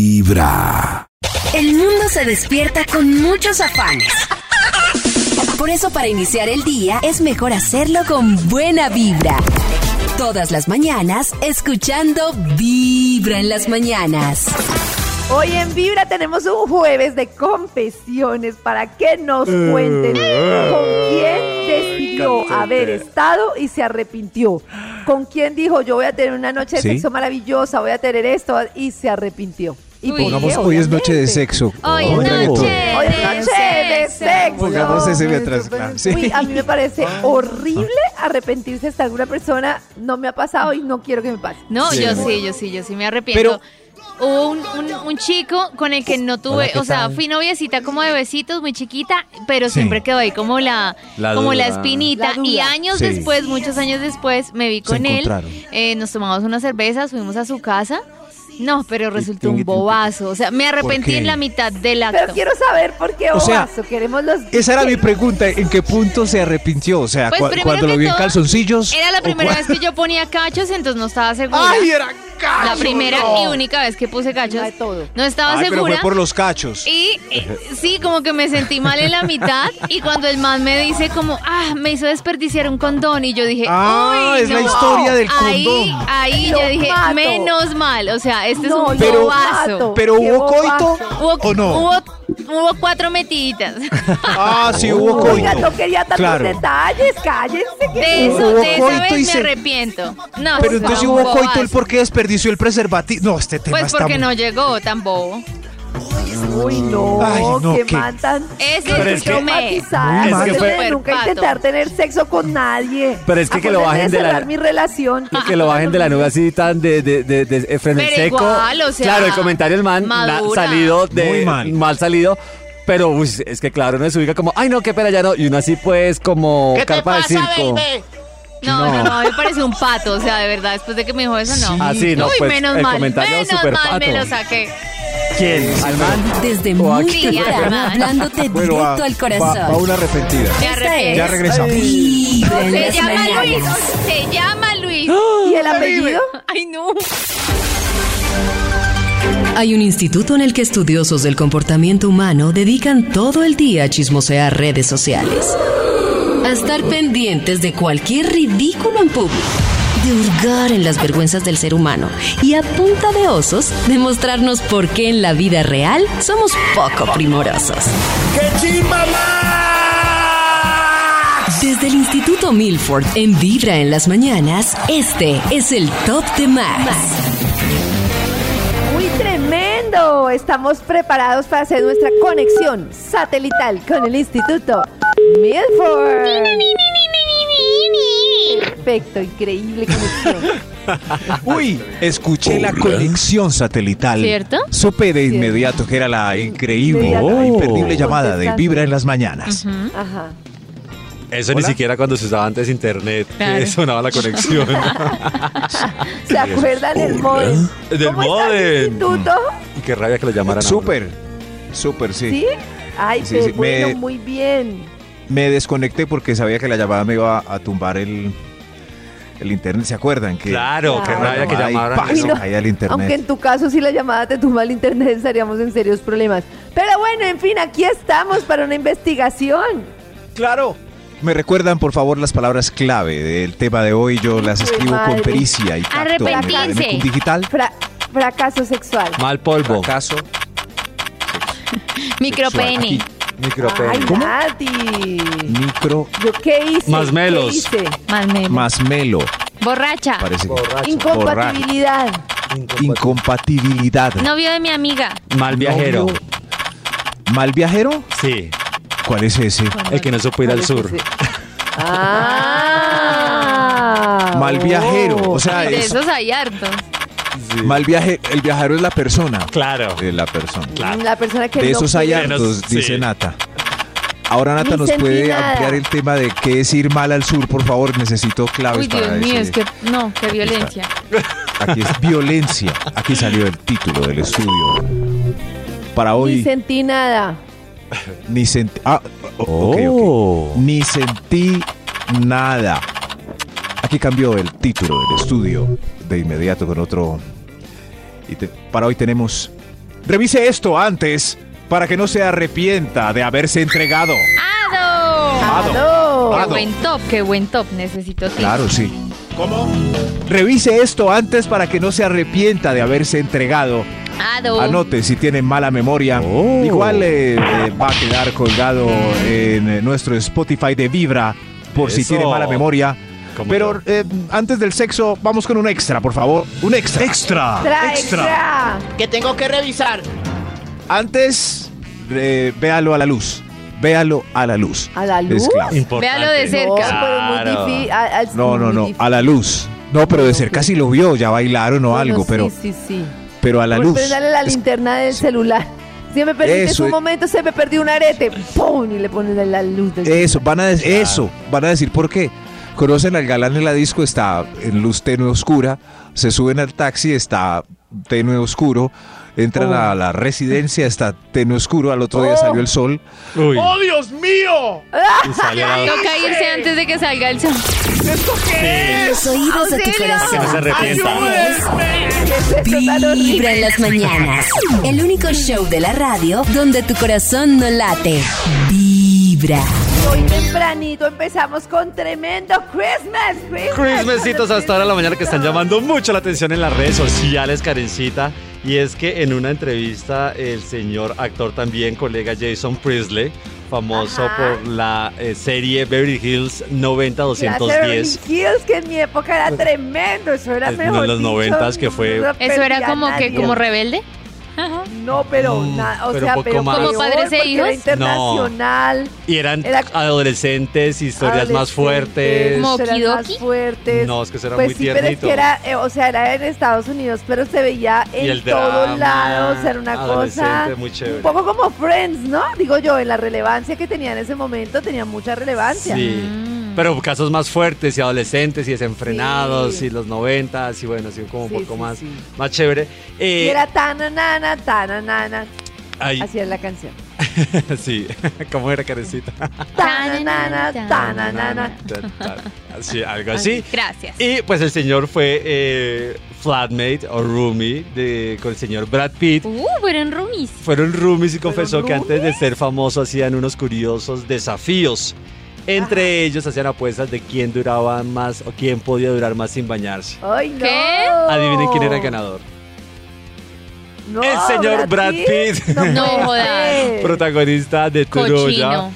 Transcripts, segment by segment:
Vibra. El mundo se despierta con muchos afanes. Por eso para iniciar el día es mejor hacerlo con buena vibra. Todas las mañanas escuchando Vibra en las mañanas. Hoy en Vibra tenemos un jueves de confesiones para que nos cuenten con quién decidió haber estado y se arrepintió. Con quién dijo yo voy a tener una noche de Sí. sexo maravillosa, voy a tener esto y se arrepintió. ¿Y Uy. por qué, Pongamos hoy es noche de obviamente? sexo. Hoy Con es reggaetón. noche Hoy es noche de sexo. Pongamos ese mientras- claro, sí. Uy, a mí me parece horrible arrepentirse de estar con una persona. No me ha pasado y no quiero que me pase. No, Sí, yo amor. sí, yo sí, yo sí me arrepiento. Pero- Hubo un, un- un chico con el que no tuve, Hola, ¿qué o sea, tal? fui noviecita como de besitos, muy chiquita, pero siempre quedó ahí como la, La como la duda. espinita. La y duda. años Sí. después, muchos años después, me vi Se con él, encontraron. eh, nos tomamos una cerveza, fuimos a su casa. No, pero resultó tingui, un tingui. bobazo. O sea, me arrepentí qué? en la mitad del Pero acto. quiero saber por qué O sea, bobazo. Queremos los. Esa era mi pregunta, ¿en qué punto se arrepintió? O sea, Pues cua- primero cuando que lo vi en todo, calzoncillos. Era la ¿o primera cua- vez que yo ponía cachos, entonces no estaba segura. ¡Ay, era cacho! la primera no! y única vez que puse cachos. de todo. No estaba Ay, segura. pero fue por los cachos. Y eh, sí, como que me sentí mal en la mitad y cuando el man me dice como, ah, me hizo desperdiciar un condón y yo dije, Ah, uy, es la no". historia del Ahí, condón. ahí Lo yo dije, mato. menos mal, o sea, este No, es un lo mato. bobazo. Pero qué hubo bobazo. coito Hubo, o no? hubo, hubo cuatro metiditas. Ah, sí hubo coito. Oiga, no quería tantos Claro. detalles. Cállense. que- De eso, Hubo de esa coito y vez me se- arrepiento. No, Pero fue entonces un hubo coito, ¿el bobazo. por qué desperdició el preservativo? No, este tema Pues está porque muy- no llegó tan bobo. Uy, no, Ay, no, que qué- mandan. Ese Pero es que- traumatizada. Es No que debe fue- nunca Pato. intentar tener sexo con nadie. Pero es que A que lo ponerme bajen de la- cerrar mi relación. Que lo bajen de la nube así tan de, de, de, de- de- frente al Pero seco. igual, o sea, claro, el comentario del man na- madura. salido de Muy mal. salido. Pero uy, es que claro, uno se ubica como, ay no, qué pena ya no. Y uno así pues como carpa de circo. No, no, no, me pareció un pato, o sea, de verdad, después de que me dijo eso, no. Así, no, Uy, pues, menos el mal, comentario menos mal super me pato. lo saqué. ¿Quién? ¿Al man? Desde O muy aquí. temprano, hablándote directo va- al Va, va corazón. una arrepentida. Me Esta arrepiento. Ya regresamos. Vibra en Se las llama Luis, mañanas. se llama Luis. ¿Y el apellido? Ay, no. Hay un instituto en el que estudiosos del comportamiento humano dedican todo el día a chismosear redes sociales. A estar pendientes de cualquier ridículo en público. De hurgar en las vergüenzas del ser humano. Y a punta de osos, demostrarnos por qué en la vida real somos poco primorosos. Desde el Instituto Milford, en Vibra en las Mañanas, este es el Top de Max. Muy tremendo. Estamos preparados para hacer nuestra conexión satelital con el Instituto Milford. Perfecto, increíble conexión. Uy, escuché la conexión satelital. ¿Cierto? Supe de inmediato que era la increíble, Inmediato. Oh. la imperdible llamada de Contestando. Vibra en las mañanas. Ajá. Eso Hola. ni siquiera cuando se usaba antes internet, que Claro. sonaba la conexión. ¿Se acuerdan del modem? ¿eh? Del ¿Cómo está modem. el instituto? y qué rabia que lo llamaran. a uno. Súper, súper, sí. ¿Sí? Ay, Sí, sí, qué bueno, me- muy bien. Me desconecté porque sabía que la llamada me iba a tumbar el, el internet. ¿Se acuerdan? Que Claro, qué Claro. rabia que Ay, llamaran. pa, a uno. Uy, eso no. caía el internet. Aunque en tu caso, si la llamada te tumba el internet, estaríamos en serios problemas. Pero bueno, en fin, aquí estamos para una investigación. Claro. Me recuerdan, por favor, las palabras clave del tema de hoy. Yo las escribo madre. con pericia y tacto. Arrepentirse. en el Medicum digital. Fra- fracaso sexual. Mal polvo. Fracaso. Micropene. Aquí, Ay, Micropene. Nati. Micro ¿Yo qué hice? Más ¿Qué melos. hice? Más menos. más melo, Borracha. parece. Borracho. Incompatibilidad. Incompatibilidad. Novio de mi amiga. Mal viajero. Novio. ¿Mal viajero? Sí. ¿Cuál es ese? El que no supo ir al sur. Ah. Mal oh. viajero. Pues, O sea, Ay, de es esos hay hartos. mal viaje. El viajero es la persona. Claro. De la persona. La persona que De no esos hay quiere. hartos, Sí. dice Nata. Ahora Nata Ni nos sentí puede nada. ampliar el tema de qué es ir mal al sur, por favor. Necesito Ah, claves Uy, Dios para mío, ese- es que no, qué violencia. Aquí es violencia. Aquí salió el título del estudio. Para Ni hoy sentí nada. ni sentí ah, o- ok, ok. ni sentí nada. Aquí cambió el título del estudio de inmediato con otro. Y te- para hoy tenemos Revise esto antes para que no se arrepienta de haberse entregado. ¡Ado! ¡Aló! ¡Qué Ado. buen top, qué buen top! Necesito tips. Claro, sí. ¿Cómo? Revise esto antes para que no se arrepienta de haberse entregado. ¡Ado! Anote si tiene mala memoria. Oh. Igual eh, eh, va a quedar colgado en eh, nuestro Spotify de Vibra por si Eso. tiene mala memoria. ¿Cómo Pero eh, antes del sexo, vamos con un extra, por favor. Un extra. Extra. Extra, extra. Que tengo que revisar. Antes, eh, véalo a la luz. Véalo a la luz. ¿A la Es luz? claro. Véalo de No, cerca. pero muy Claro. difí- a- a- No, no, muy no. ah, difícil. A la luz. No, pero de cerca sí lo vio, ya bailaron o Bueno, algo, pero, Sí, sí, sí. pero a la Por luz. prenderle la Es- linterna del celular. Si me perdiste Eso, un eh. momento, se me perdió un arete. ¡Pum! Y le pones la luz del Eso, van a, de- eso, van a decir por qué. Conocen al galán en la disco, está en luz tenue oscura, se suben al taxi, está tenue oscuro, entran a la residencia, está tenue oscuro, al otro día salió el sol. Uy, ¡Oh, Dios mío! Ah. y sale la- Toca irse antes de que salga el sol. ¿Esto qué Los oídos de tu ¡Auxilio! que no se corazón. arrepienta. Vibra en las mañanas. El único show de la radio donde tu corazón no late. Vibra. Hoy tempranito empezamos con tremendo Christmas. Christmas Christmasitos hasta ahora de la mañana que están llamando mucho la atención en las redes sociales, Karencita. Y es que en una entrevista el señor actor también, colega Jason Priestley, famoso por la eh, serie Beverly Hills Beverly 90210. Hills, que en mi época era tremendo. Eso era Es uno de mejor. los dicho, noventas que fue- no Eso era perdía como que, nadie. como rebelde. No, pero nada. O Mm, pero sea, un poco pero más. ¿Como peor, padres e porque era hijos? internacional. Y eran Era- adolescentes, historias más adolescentes, fuertes. Mo- eran Mokidoki. más fuertes. No, es que eso era pues muy sí, pero es tiernito. que era, eh, o sea, era en Estados Unidos, pero se veía Y el en todos drama lados, era una cosa adolescente, muy chévere. un poco como Friends, ¿no? Digo yo, en la relevancia que tenía en ese momento, tenía mucha relevancia. Sí. Mm. Pero casos más fuertes y adolescentes y desenfrenados Sí. y los noventas y bueno, así como un Sí, poco sí, más, sí. más chévere. Eh, Y era tan nana, tan nana, ay, así es la canción. sí, ¿cómo era carecita? Tan nana, tan nana. pues Sí, algo así. Gracias. Y pues el señor fue eh, flatmate o roomie de, con el señor Brad Pitt. Uh, pero en roomies. Fueron roomies y confesó que roomies? antes de ser famoso hacían unos curiosos desafíos. Entre ellos hacían apuestas de quién duraba más o quién podía durar más sin bañarse. Ay, no. ¿Qué? Adivinen quién era el ganador. Oh. No, El señor Brad Pitt. No puede jodas. ser. protagonista de Turoya. Cochino.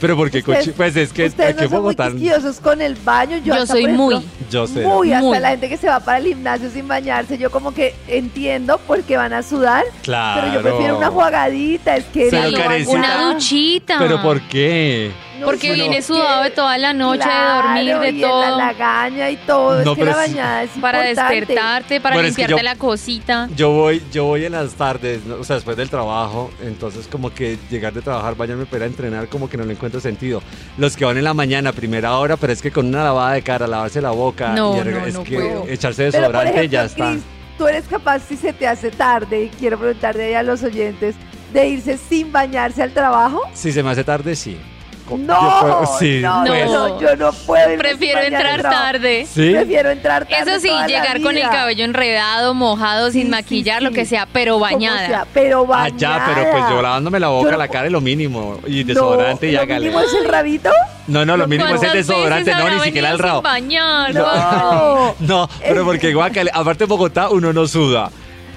Pero porque Ustedes- cochi pues es que ustedes aquí no en son muy Bogotá quisquillosos con el baño. Yo, Yo hasta, soy por muy. yo sé. Muy, hasta Muy. la gente que se va para el gimnasio sin bañarse, yo como que entiendo porque van a sudar, Claro. pero yo prefiero una jugadita, es que Pero Sí, no, Karencita- una duchita. Pero ¿por qué? no, Porque no, viene no. sudado de toda la noche, de Claro, dormir, y de en la todo. lagaña y todo, No, es que la pero es- bañada es Para importante. despertarte, para Bueno, es que limpiarte yo- la cosita. Yo voy, yo voy en las tardes, ¿no? o sea, después del trabajo, entonces como que llegar de trabajar, bañarme para ir a entrenar, como que no le encuentro sentido. Los que van en la mañana, primera hora, pero es que con una lavada de cara, lavarse la boca, No, y arregla- no, es no que puedo. echarse Pero por desodorante ejemplo, ya está. Cris, tú eres capaz si se te hace tarde, y quiero preguntarle ahí a los oyentes, de irse sin bañarse al trabajo. Si se me hace tarde, sí. Co- No, yo puedo- sí, no, pues. no, yo no puedo. irme Prefiero sin bañar al entrar trabajo. tarde. Sí. Prefiero entrar tarde. Eso sí, toda la llegar con el vida. cabello enredado, mojado, Sí, sin sí, maquillar, lo sí. que sea, pero Como bañada. sea, pero Ah, bañada. ya, pero pues yo lavándome la boca, Yo- la cara es lo mínimo. Y No, desodorante y hágale. ¿Lo mínimo es el rabito? No, no, lo mínimo es el ¿Cuántas desodorante, veces no, ni habrá siquiera el venido rabo. sin bañar? No. No, pero porque guacale, aparte en Bogotá uno no suda.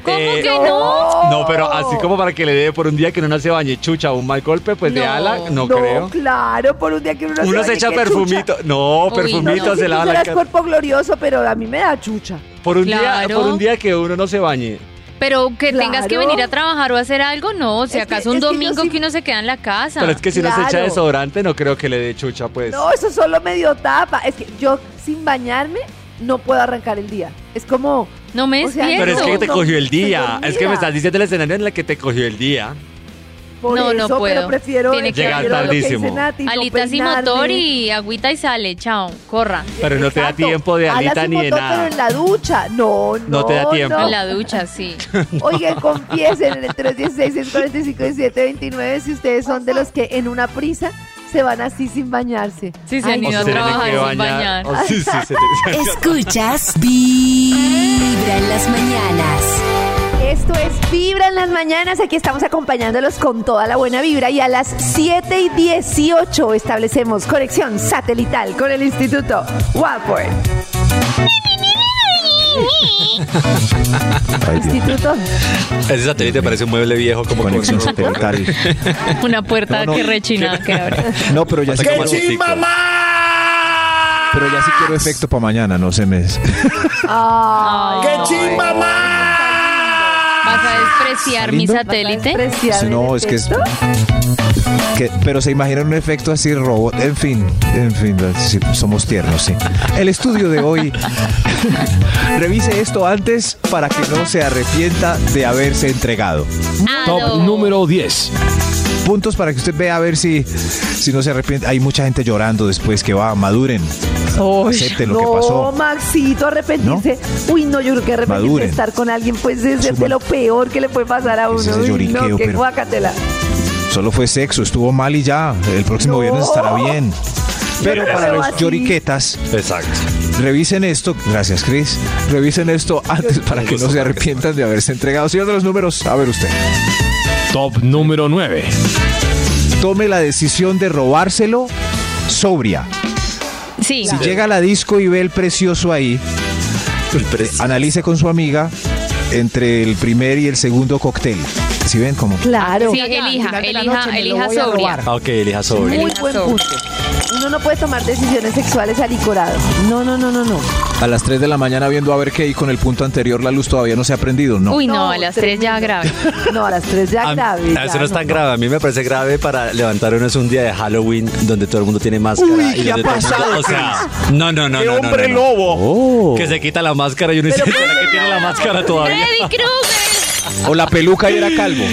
¿Cómo Eh, que no? No, pero así como para que le dé por un día que uno no se bañe chucha o un mal golpe, pues de No. ala, No, no, creo. claro, por un día que uno uno bañe, se echa qué perfumito. chucha. No, Uy, perfumito no. No sé se si lava tú la serás cara. cuerpo glorioso, pero a mí me da chucha. Por un, Claro. día, por un día que uno no se bañe. Pero que tengas que Claro. venir a trabajar o hacer algo, no. Si Es que- acaso un es que yo domingo sí- que uno se queda en la casa. Pero es que si uno se echa Claro. desodorante, no creo que le dé chucha, pues. No, eso solo medio tapa. Es que yo sin bañarme no puedo arrancar el día. Es como... No me O sea, despierto. pero es que te no, cogió el estoy día. Es que dormida. me estás diciendo el escenario en el que te cogió el día. Por No, no eso, Pero puedo. prefiero... Tiene que prefiero Llegar lo que tardísimo. dice Nati, no Alitas y peinarme. motor y agüita y sale, chao, corra. Pero no te da Exacto. tiempo de Alas y alita ni de motor, nada. Pero en la ducha. No, no. No te da tiempo. En la ducha, sí. Oigan, confiesen en el 316-645-1729 si ustedes son de los que en una prisa se van así sin bañarse. Sí, se han O ido a se tiene que trabajar sin bañar. O sí, sí, se tiene- Escuchas Vibra en las mañanas. Esto es Vibra en las mañanas, aquí estamos acompañándolos con toda la buena vibra y a las 7 y 18 establecemos conexión satelital con el Instituto Watford. Ay, Dios. Instituto. Ese satélite parece un mueble viejo como con- Conexión satelital. Una puerta No, no. que rechina que abre. No, pero ya sí Ataca quiero, más ¡Sí, gustico. mamá! pero ya sí quiero efecto para mañana, no se me. Ay, ¡Qué no, chimba ¿Vas a despreciar mi lindo? satélite? despreciable No, es que es- defecto. que- pero se imagina un efecto así robot. En fin, en fin, sí, somos tiernos, sí. El estudio de hoy. Revise esto antes para que no se arrepienta de haberse entregado. Ado. Top número 10. Puntos para que usted vea a ver si, si no se arrepiente. Hay mucha gente llorando después que va, maduren. Acepten lo que no, pasó. Maxito, arrepentirse. Uy, no, yo creo que arrepentirse de Maduren. estar con alguien, pues es de, Suma. de lo peor que le puede pasar a uno. ese Uy, no, lloriqueo, qué pero- guácatela. Solo fue sexo, estuvo mal y ya. El próximo No. viernes estará bien. Pero no para veo los así. lloriquetas, Exacto. revisen esto. Gracias, Chris. Revisen esto antes para que no se arrepientan de haberse entregado. Señor de los números, a ver usted. Top número 9. Tome la decisión de robárselo sobria. Sí. Si llega a la disco y ve el precioso ahí, eh, analice con su amiga entre el primer y el segundo cóctel. ¿Sí ven cómo? Claro. Sí, elija, elija, elija sobria. Ah, ok, elija sobre. Muy Elija buen sobre. punto. Uno no puede tomar decisiones sexuales alicorado. No, no, no, no, no. A las 3 de la mañana viendo a ver qué y con el punto anterior la luz todavía no se ha prendido, ¿no? Uy, no, No, a las tres ya grave. No, a las tres ya A- grave. a- ya, eso no es tan no. grave. A mí me parece grave para levantar uno es un día de Halloween donde todo el mundo tiene máscara. Uy, y ¿qué ha donde todo el mundo- pasado, O sea, no, no, no. ¡Qué no, no, hombre no, no. lobo! Que se quita la máscara y uno dice "¿Será que tiene la máscara todavía. Freddy Krueger. O la peluca y era calvo.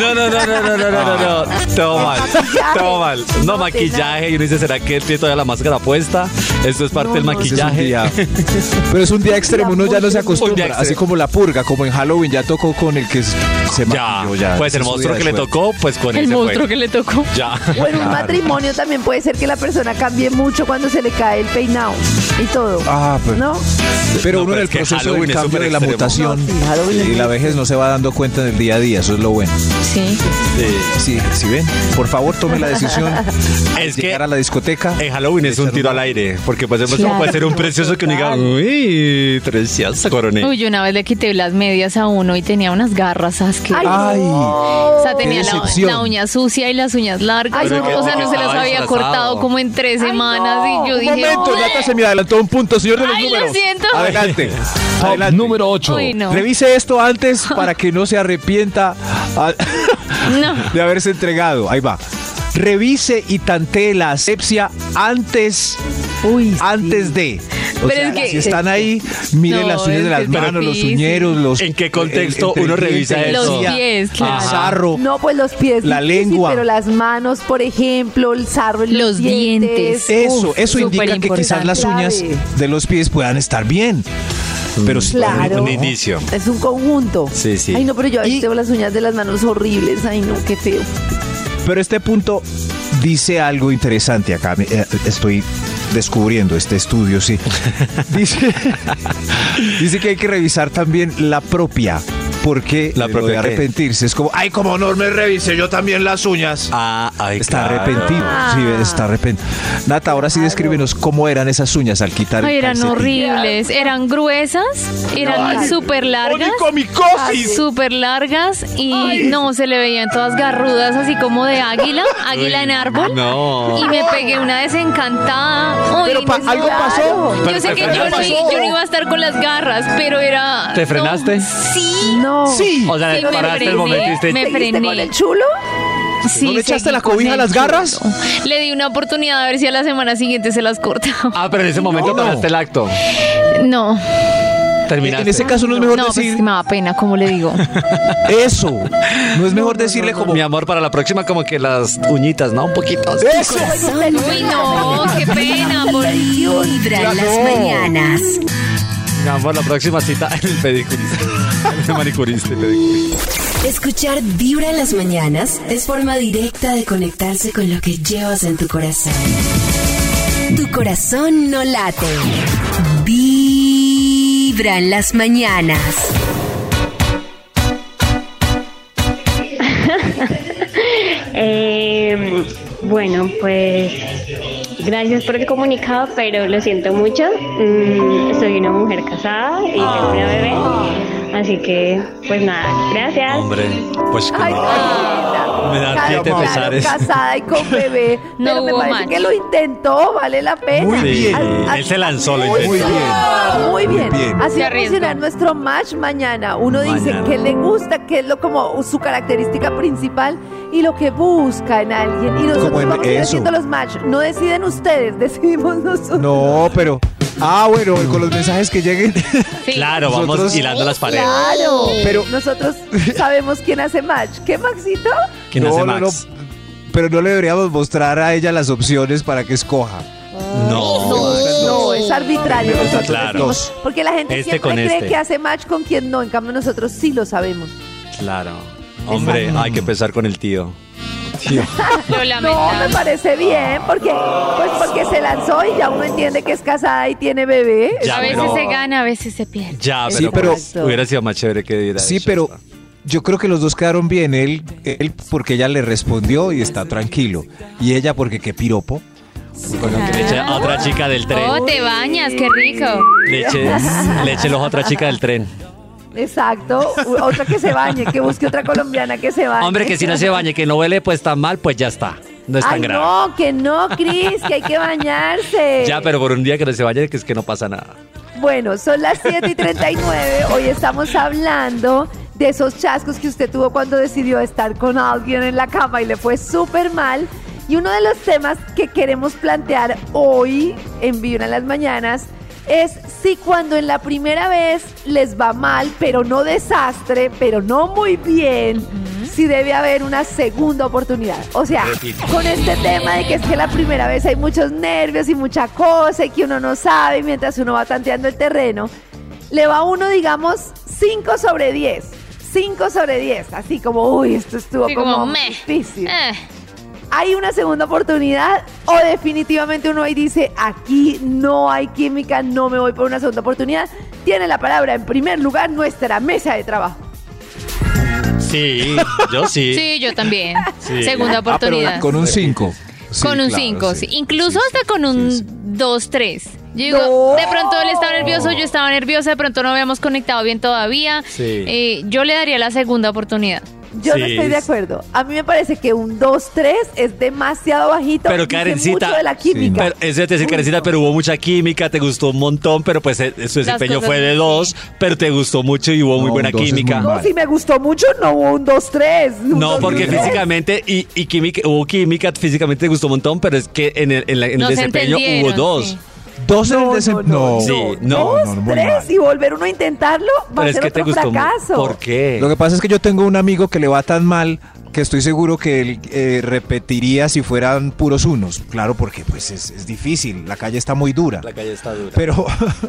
No, no, no, no, no, no, no, no, no. Todo mal. maquillaje. Todo mal. No No, maquillaje. Y uno dice, ¿será que él tiene todavía la máscara puesta? Esto es parte del Ese es un maquillaje. día- pero es un día extremo, uno ya no se Un día acostumbra. extremo. Así como la purga, como en Halloween ya tocó con el que s- se Ya. maquilló, Pues el Eso monstruo ya que le fue. tocó, pues con él El se monstruo fue. que le tocó. Ya. O en un Claro. matrimonio también puede ser que la persona cambie mucho cuando se le cae el peinado y todo. Ah, pero- ¿No? Pero No, uno en pero el es que proceso Halloween del es cambio súper de la extremo. mutación No, sí, Halloween y es la vejez no se va dando cuenta en el día a día, eso es lo bueno. Sí. Sí, Sí. sí ven. Por favor, tome la decisión. Es que- eh, llegar a la discoteca. En Halloween es un tiro al aire, porque pues, pues, Claro. puede ser un precioso que uno diga, uy, preciosa coronel. Uy, yo una vez le quité las medias a uno y tenía unas garras asquerosas. Ay, O sea, Qué tenía la, decepción. la uña sucia y las uñas largas. Ay, Pero no. O sea, no se las estaba había disfrazado. cortado como en tres Ay, semanas. no. Y yo Un un dije, momento, Nata se me adelantó un punto, señor de los Ay, lo números. siento. Adelante. Top Adelante. número 8. uy, no. Revise esto antes para que no se arrepienta a- de haberse entregado. Ahí va. Revise y tantee la asepsia antes, Uy, sí. antes de. O Pero sea, es que- si están ahí, miren No, las uñas es de que las es manos, los difícil. uñeros, los. ¿En qué contexto el- uno entre revisa dientes, eso? encía, Los pies, claro. El sarro. No, pues los pies. La sí, sí, lengua. pero las manos, por ejemplo, el sarro, en los, Los dientes. Eso, Uf, eso indica que superimportante. quizás las uñas Clave. de los pies puedan estar bien. Pero si- Claro. Un inicio. Es un conjunto. Sí, sí. Ay, no, pero yo a veces tengo las uñas de las manos horribles. Ay, no, qué feo. Pero este punto dice algo interesante acá. me- eh, Estoy descubriendo este estudio, sí. Dice, dice que hay que revisar también la propia. Porque ¿La la propia propia qué? arrepentirse es como, ay, como no me revisé yo también las uñas. Ah, ay, está claro. arrepentido. Sí, Ah. está arrepentido. Nata, ahora sí descríbenos cómo eran esas uñas al quitar Ay, el eran calcetín. horribles, eran gruesas, eran Ay, súper largas. ¡Onicomicosis! Súper largas y no, se le veían todas garrudas, así como de águila, águila en árbol. No. Y me pegué una desencantada. Uy, Pero pa- no, algo pasó. Yo sé que yo no, yo no iba a estar con las garras, pero era. ¿Te frenaste? No, sí. No. Sí. O sea, Sí, te me paraste el frené, momento y dijiste, me ¿Seguiste frené. con el chulo? Sí, ¿No le echaste seguí la con cobija a el las garras? chulo. Le di una oportunidad a ver si a la semana siguiente se las cortaba. Ah, pero en ese momento No. paraste el acto. No. Terminaste. En ese caso no es mejor no, pues es decir que me da pena, como le digo. eso. No es mejor decirle como Mi amor, para la próxima como que las uñitas, ¿no? Un poquito. eso. Uy, no, qué pena. Por... Vibra en las mañanas. Mi amor, la próxima cita el pedicurista. El manicurista y pedicurista. Escuchar Vibra en las mañanas es forma directa de conectarse con lo que llevas en tu corazón. Tu corazón no late. Vibra en las mañanas. Eh, Bueno, pues gracias por el comunicado, pero lo siento mucho. Mm, soy una mujer casada y tengo una bebé. Así que, pues nada, gracias. Hombre, pues que Ay, no. Karina. Me dan Claro, siete claro, pesares. casada y con bebé. No pero me hubo parece match. que lo intentó, vale la pena. Muy bien. Él se lanzó, lo muy intentó. bien, Muy bien. Muy bien. Así Se va a arriesgó. funcionar nuestro match mañana. Uno dice Mañana. que le gusta, que es lo como su característica principal y lo que busca en alguien. Y nosotros Como en vamos a ir eso. haciendo los match. No deciden ustedes, decidimos nosotros. No, pero. Ah, bueno, con los mensajes que lleguen. Sí. Claro, vamos Nosotros- hilando las paredes. Claro. Pero- nosotros sabemos quién hace match. ¿Qué Maxito? ¿Quién No, hace no, Max? no, Pero no le deberíamos mostrar a ella las opciones para que escoja. No. No, es arbitrario. Nosotros Claro. decimos, porque la gente Este siempre con cree este. que hace match con quien no. En cambio, nosotros sí lo sabemos. Claro. Hombre, hay que empezar con el tío. Lo No, me lamentamos. parece bien, porque pues porque se lanzó y ya uno entiende que es casada y tiene bebé. Ya, a veces pero- se gana, a veces se pierde. Ya, pero, Sí, pero- pues, hubiera sido más chévere que diera Sí, eso, pero está. yo creo que los dos quedaron bien. Él, él porque ella le respondió y está tranquilo. Y ella porque qué piropo. Ah, Le eché a otra chica del tren. Oh, te bañas, qué rico. Le eché, le eché el ojo a otra chica del tren. Exacto. U- Otra que se bañe, que busque otra colombiana que se bañe. Hombre, que si no se bañe, que no huele pues tan mal, pues ya está. No es tan Ay, grave. no, que no, Cris, que hay que bañarse. Ya, pero por un día que no se bañe, que es que no pasa nada. Bueno, son las 7 y 39. Hoy estamos hablando de esos chascos que usted tuvo cuando decidió estar con alguien en la cama y le fue súper mal. Y uno de los temas que queremos plantear hoy en Vibra en las Mañanas es si cuando en la primera vez les va mal, pero no desastre, pero no muy bien, si debe haber una segunda oportunidad. O sea, Repito. con este tema de que es que la primera vez hay muchos nervios y mucha cosa y que uno no sabe y mientras uno va tanteando el terreno, le va a uno, digamos, 5 sobre 10. 5 sobre 10, así como, uy, esto estuvo Sí, como, como meh. difícil. Eh, ¿Hay una segunda oportunidad o definitivamente uno ahí dice, aquí no hay química, no me voy por una segunda oportunidad? Tiene la palabra en primer lugar nuestra mesa de trabajo. Sí, yo sí. sí, yo también. Sí. Segunda Ah, pero oportunidad. con un 5. con un 5, incluso hasta con un 2, 3. Yo digo, No. de pronto él estaba nervioso, yo estaba nerviosa, de pronto no habíamos conectado bien todavía. Sí. Eh, yo le daría la segunda oportunidad. Yo no Sí, estoy de es- acuerdo. A mí me parece que un 2-3 es demasiado bajito. Pero dice Karencita, mucho de la química. Pero eso te decía, Uy, Karencita, no. pero hubo mucha química, te gustó un montón, pero pues eh, su desempeño cosas fue de sí. dos, pero te gustó mucho y hubo muy No, buena un dos es muy química. mal. No, si me gustó mucho, no hubo un 2-3. un No, 2-3. porque físicamente y, y química, hubo química, físicamente te gustó un montón, pero es que en el, en la- en el No se desempeño hubo entendieron, dos. sí. Dos en el No, no, desem- no, no. Sí, no, Dos, muy tres mal. y volver uno a intentarlo va Pero a es ser que te otro gustó. mu- fracaso. ¿Por qué? Lo que pasa es que yo tengo un amigo que le va tan mal que estoy seguro que él eh, repetiría si fueran puros unos. Claro, porque pues es, es difícil, la calle está muy dura. La calle está dura. Pero,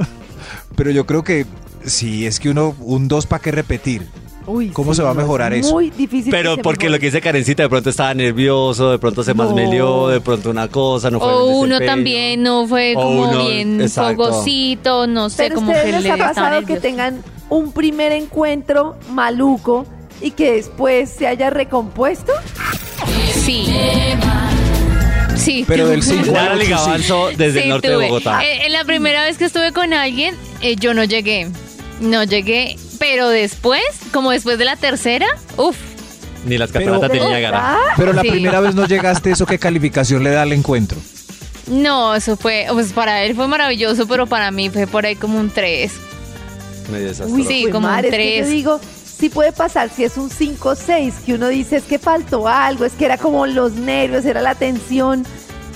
pero yo creo que si es que uno, un dos para qué repetir. Uy, ¿Cómo se va a no, es mejorar eso? Muy difícil. que Pero se porque lo mejore. que dice Karencita, de pronto estaba nervioso, de pronto se No. masmeleó, de pronto una cosa, no fue O el uno desempeño. también no fue O como uno, bien exacto. fogosito, no sé, Pero como ustedes que les le ha estaba pasado que nervioso. tengan un primer encuentro maluco y que después se haya recompuesto. Sí. Sí. Pero del 5 Lara Ligabanzo desde el Sí, norte tuve. de Bogotá. Eh, en la primera vez que estuve con alguien, eh, yo no llegué. No llegué. Pero después, como después de la tercera, uff. Ni las Pero- cataratas de Niágara. ¿Ah? Pero la Sí. primera vez no llegaste, ¿eso qué calificación le da al encuentro? No, eso fue, pues para él fue maravilloso, pero para mí fue por ahí como un 3. Medio desastroso. Uy, Sí, jue como un madre, es que tres. yo digo, sí puede pasar si es un 5 o 6, que uno dice es que faltó algo, es que era como los nervios, era la tensión.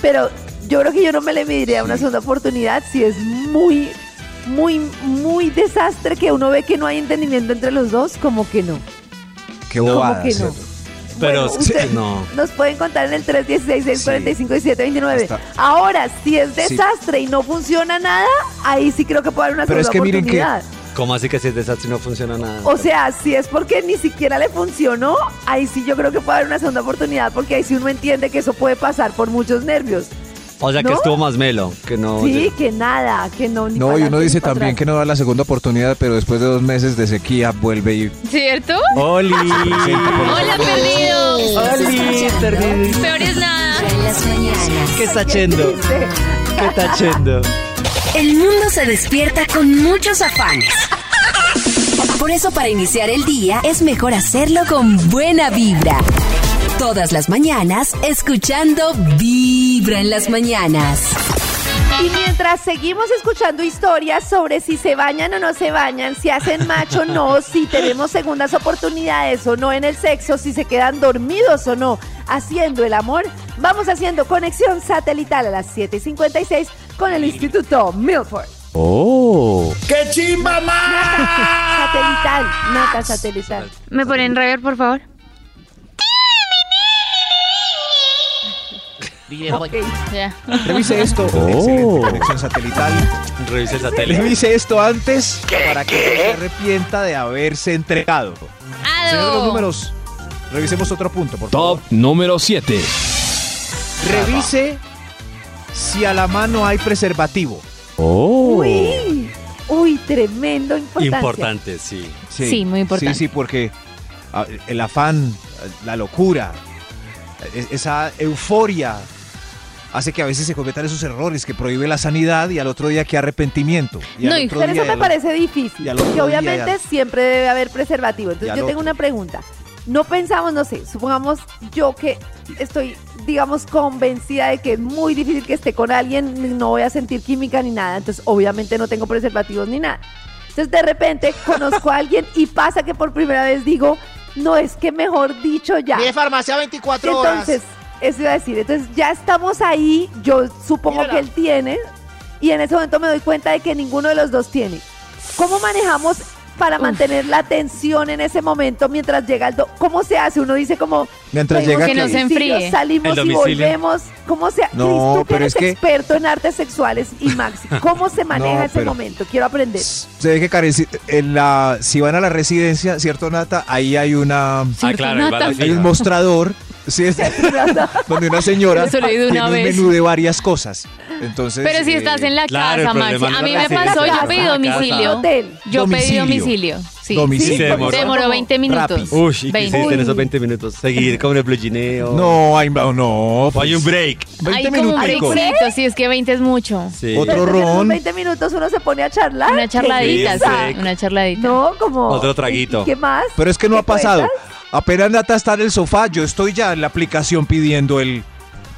Pero yo creo que yo no me le mediría una segunda oportunidad si es muy, muy, muy desastre que uno ve que no hay entendimiento entre los dos, como que no. Qué Como bobada. que no. ¿cierto? Pero Bueno, usted- no. Nos pueden contar en el 316-645-1729. Está- Ahora, si es Sí. desastre y no funciona nada, ahí sí creo que puede haber una Pero segunda es que miren que- oportunidad. ¿Cómo así que si es desastre no funciona nada? O sea, si es porque ni siquiera le funcionó, ahí sí yo creo que puede haber una segunda oportunidad, porque ahí sí uno entiende que eso puede pasar por muchos nervios. O sea que ¿No? estuvo más melo, que no. Sí, que nada, que no. ni No, para y uno adelante, dice ni para también atrás. que no da la segunda oportunidad, pero después de dos meses de sequía vuelve y... ¿Cierto? ¡Oli! Hola, perdido. ¡Oli, perdido! Peor es nada. En las mañanas. ¿Qué está yendo? ¿Qué está yendo? El mundo se despierta con muchos afanes. Por eso para iniciar el día es mejor hacerlo con buena vibra. Todas las mañanas escuchando Vibra en las mañanas. Y mientras seguimos escuchando historias sobre si se bañan o no se bañan, si hacen macho o no, si tenemos segundas oportunidades o no en el sexo, si se quedan dormidos o no haciendo el amor, vamos haciendo conexión satelital a las 7:56 con el Instituto Milford. ¡Oh! ¡Qué chimba más! Satelital, nata satelital. ¿Me ponen rever, por favor? Ok. Ya. Revise esto. Excelente conexión satelital. Revisa el satélite. Revise esto antes para que no se arrepienta de haberse entregado. Señor de los ¡Ado! números, revisemos otro punto, por Top favor. número 7. Revise si a la mano hay preservativo. ¡Oh! Uy, uy, tremendo importancia. Importante, sí. Sí, muy importante. Sí, sí, porque ah, el afán, la locura, es- esa euforia hace que a veces se cometan esos errores que prohíbe la sanidad y al otro día que arrepentimiento. Y al No, y- otro Pero eso día y me al- parece difícil, y al otro porque día, obviamente y al- siempre debe haber preservativo. y Entonces al yo tengo otro. una pregunta. No pensamos, no sé, supongamos yo que estoy, digamos, convencida de que es muy difícil que esté con alguien, no voy a sentir química ni nada, entonces obviamente no tengo preservativos ni nada. Entonces de repente conozco a alguien y pasa que por primera vez digo, no es que mejor dicho ya. Mi farmacia 24 horas. Entonces, eso iba a decir. Entonces, ya estamos ahí. Yo supongo Mírala. que él tiene. Y en ese momento me doy cuenta de que ninguno de los dos tiene. ¿Cómo manejamos para mantener la tensión en ese momento mientras llega el do ¿Cómo se hace? Uno dice como... Mientras pedimos llega Que no aquí. se enfríe. Salimos El y domicilio. volvemos. ¿Cómo se hace? No, Tú que pero eres es que- experto en artes sexuales y Maxi. ¿Cómo se maneja No, ese pero- momento? Quiero aprender. Se ve que Karen, si- en la, si van a la residencia, ¿cierto, Nata? Ahí hay una Ah, claro, el balón hay un fija. mostrador, sí, es- donde una señora Eso lo leí de tiene una un vez. menú de varias cosas. Entonces, Pero si eh, estás en la claro, casa, el Maxi. problema no A mí era me si pasó, estás yo en pedí la El domicilio. hotel. Yo pedí Domicilio. domicilio. Sí. Domicilio. Sí, se demoró. Demoró 20 minutos. Rápido. Uy, ¿y qué hiciste en esos 20 minutos? Seguir con el plugineo. No, hay, no, no. O hay un break. Hay 20 como un minuticos. breakcito, sí, es que 20 es mucho. Sí. Otro Entonces, en esos ron. 20 minutos uno se pone a Ah, charlar. Una charladita, Sí, sí, sí. una charladita. No, como... Otro traguito. ¿Y- y ¿Qué más? Pero es que no ¿Qué ha pasado. cuentas? Apenas Nata está en el sofá, yo estoy ya en la aplicación pidiendo el,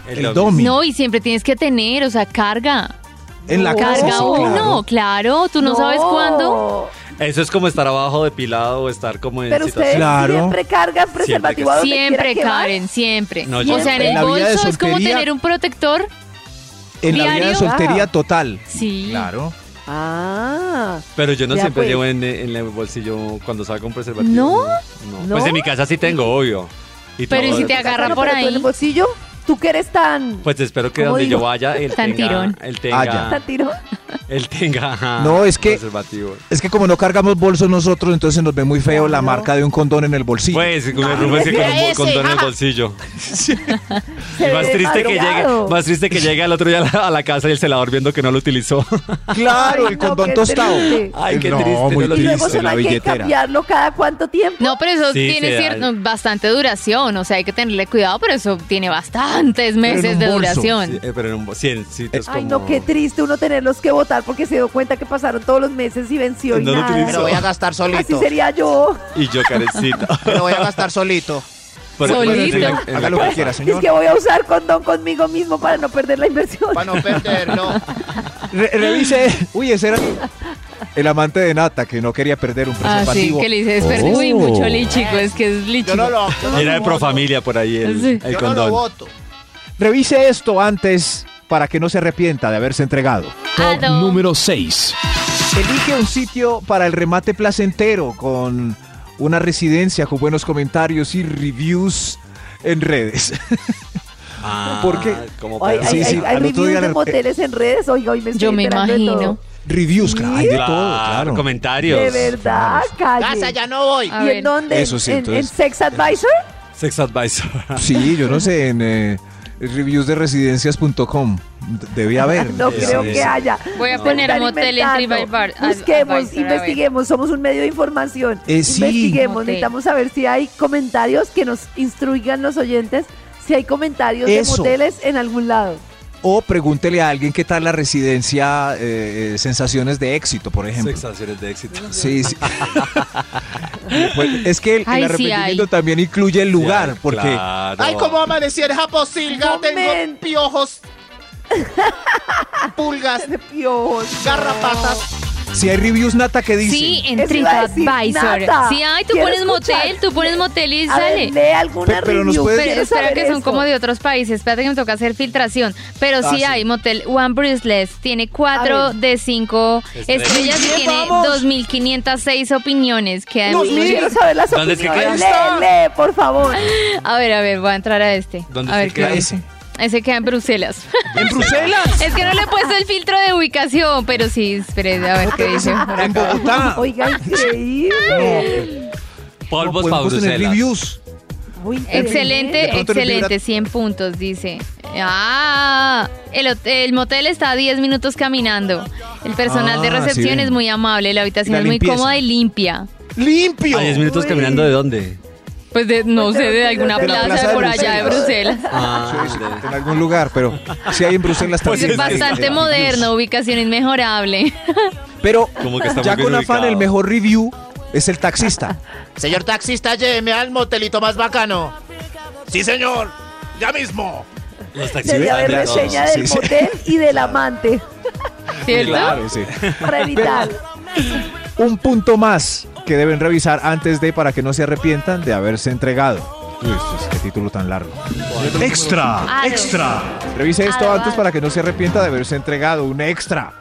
el, El domi. No, y siempre tienes que tener, o sea, carga. en la No. casa. Carga sí, uno, claro. claro. Tú no, sabes cuándo. Eso es como estar abajo depilado o estar como en Pero ustedes situación. Claro. siempre cargan preservativo a donde Siempre, quiera que van. Karen, siempre. No, yo o sea, en siempre. el En la vida de bolso es como soltería- tener un protector. En la vida de Diario. soltería total. Sí. Claro. Ah, Pero yo no Ya, siempre pues. llevo en, en el bolsillo cuando salgo un preservativo. ¿No? no. Pues en mi casa sí tengo, obvio. Y Pero todo. ¿y si te agarra Bueno, por pero tú en ahí? el bolsillo, tú que eres tan... Pues espero que ¿Cómo donde digo? yo vaya, él Tan tenga, tirón. él tenga, Haya. tan tirón. él tenga ajá, Ah, No, es que- preservativo. Es que como no cargamos bolsos nosotros, entonces nos ve muy feo la marca de un condón en el bolsillo. Pues, con mira el Rubén sí, con un ese, condón en el ajá. bolsillo. Se Y ve más triste que llegue, madrugado. más triste que llegue al otro día a la, a la casa y el celador viendo que no lo utilizó. claro, Ay, el no, condón qué tostado. triste. Ay, qué no, triste, Muy no lo Y luego Triste, triste, solo la hay que billetera. cambiarlo cada cuánto tiempo. No, pero eso Sí, tiene se da. cierto- bastante duración, o sea, hay que tenerle cuidado, pero eso tiene bastantes meses un de bolso, Sí, duración. eh, pero en un bo- sí, en sitios Ay, como- no, qué triste uno tenerlos que votar porque se dio cuenta que pasaron todos los meses y venció y No lo nada. utilizó. Pero voy a gastar Así solito. sería yo. Y yo, carecita. Pero voy a gastar solito. Por ejemplo, Solito. en la- en la Haga lo que casa. quiera, Es señor. que voy a usar condón conmigo mismo para no perder la inversión. Para no perderlo. Re- revise. Uy, ese era el amante de Nata que no quería perder un Ah, sí, preservativo. que le dices, perdí Oh. uy, mucho lichico, es que es lichico. Yo no lo, yo no Era de lo voto. profamilia por ahí el, Sí. el Yo no lo condón. voto. Revise esto antes para que no se arrepienta de haberse entregado. Top Ado. número 6. Elige un sitio para el remate placentero con una residencia con buenos comentarios y reviews en redes. Ah, ¿Por qué? como Ay, para- Sí, hay, sí, hay- hay al otro día reviews de le- moteles en redes. Oiga, hoy me estoy Yo me enterando de imagino. todo. Reviews, claro, hay de Claro, todo, claro. Comentarios. De verdad, calle. Casa, ya no Ah, voy. A ¿Y en ver. dónde? Eso sí, ¿En, en entonces- Sex Advisor? Sex advisor. Sí, yo no sé, en, eh, Reviews de residencias.com. Debía haber. No creo que haya. Voy a Usted poner está motel en inventando. TripAdvisor, a- Busquemos, advisor, a ver. investiguemos, somos un medio de información. Eh, sí. Investiguemos, Motel. necesitamos saber si hay comentarios que nos instruigan los oyentes, si hay comentarios Eso. de moteles en algún lado. O pregúntele a alguien qué tal la residencia eh, eh, Sensaciones de Éxito, por ejemplo. Sensaciones de éxito. Sí, sí. Pues, es que el, el Ay, sí arrepentimiento hay. también incluye el lugar, Ay, porque claro. Ay, cómo amanecí en Japosilga. Tengo Momento. piojos, pulgas, De piojos. garrapatas. si hay reviews, Nata, ¿qué dice? Sí, en Eso iba a decir, TripAdvisor. Nata, Sí, ay, tú quiero pones motel, escuchar. tú pones motel y A sale. ver, lee alguna Pe- pero nos review, puedes- Pero quiero espera saber que son esto. como de otros países. Espérate que me toca hacer filtración. Pero sí, hay motel One Bruceless. Tiene A 4 ver. de 5 Estrellas. estrellas Muy y bien, tiene vamos. 2.506 opiniones. Queda Yo muy bien. Quiero saber las ¿Dónde es que opiniones. queda? Lee, lee, por favor. A ver, a ver, voy a entrar a este. ¿Dónde a se ver queda dice. Ese queda en Bruselas. ¿En Bruselas? Es que no le he puesto el filtro de ubicación, pero sí, esperen, a ver qué dice. por ¿En acá. Bogotá? Oiga, increíble. Polvos No para podemos tener Bruselas. reviews. Muy increíble. De Excelente, pronto le vibra- excelente, 100 puntos, dice. Ah, el, hot- el motel está a 10 minutos caminando. El personal de Ah, sí, recepción ven. es muy amable, la habitación La es muy limpieza. cómoda y limpia. Limpio. ¿A 10 minutos Uy. caminando de dónde? Pues de, no Pues sé, de- de alguna de la plaza, plaza de de por allá de Bruselas. Bruselas. Ah, Sí, sí, de- en algún lugar, pero si hay en Bruselas Pues también. es bastante hay moderno, ubicación inmejorable. reviews. Pero Como que está ya muy con bien afán, ubicado. el mejor review es el taxista. Señor taxista, lléveme al motelito más bacano. Sí, señor. Ya mismo. Debe Los taxistas haber de todos. reseña sí, del sí. motel y del amante ¿Cierto? sí. para evitar. Un punto más que deben revisar antes de para que no se arrepientan de haberse entregado. Uy, es- qué título tan largo. Ah, no. Revise esto Ah, antes vale. para que no se arrepienta de haberse entregado un extra.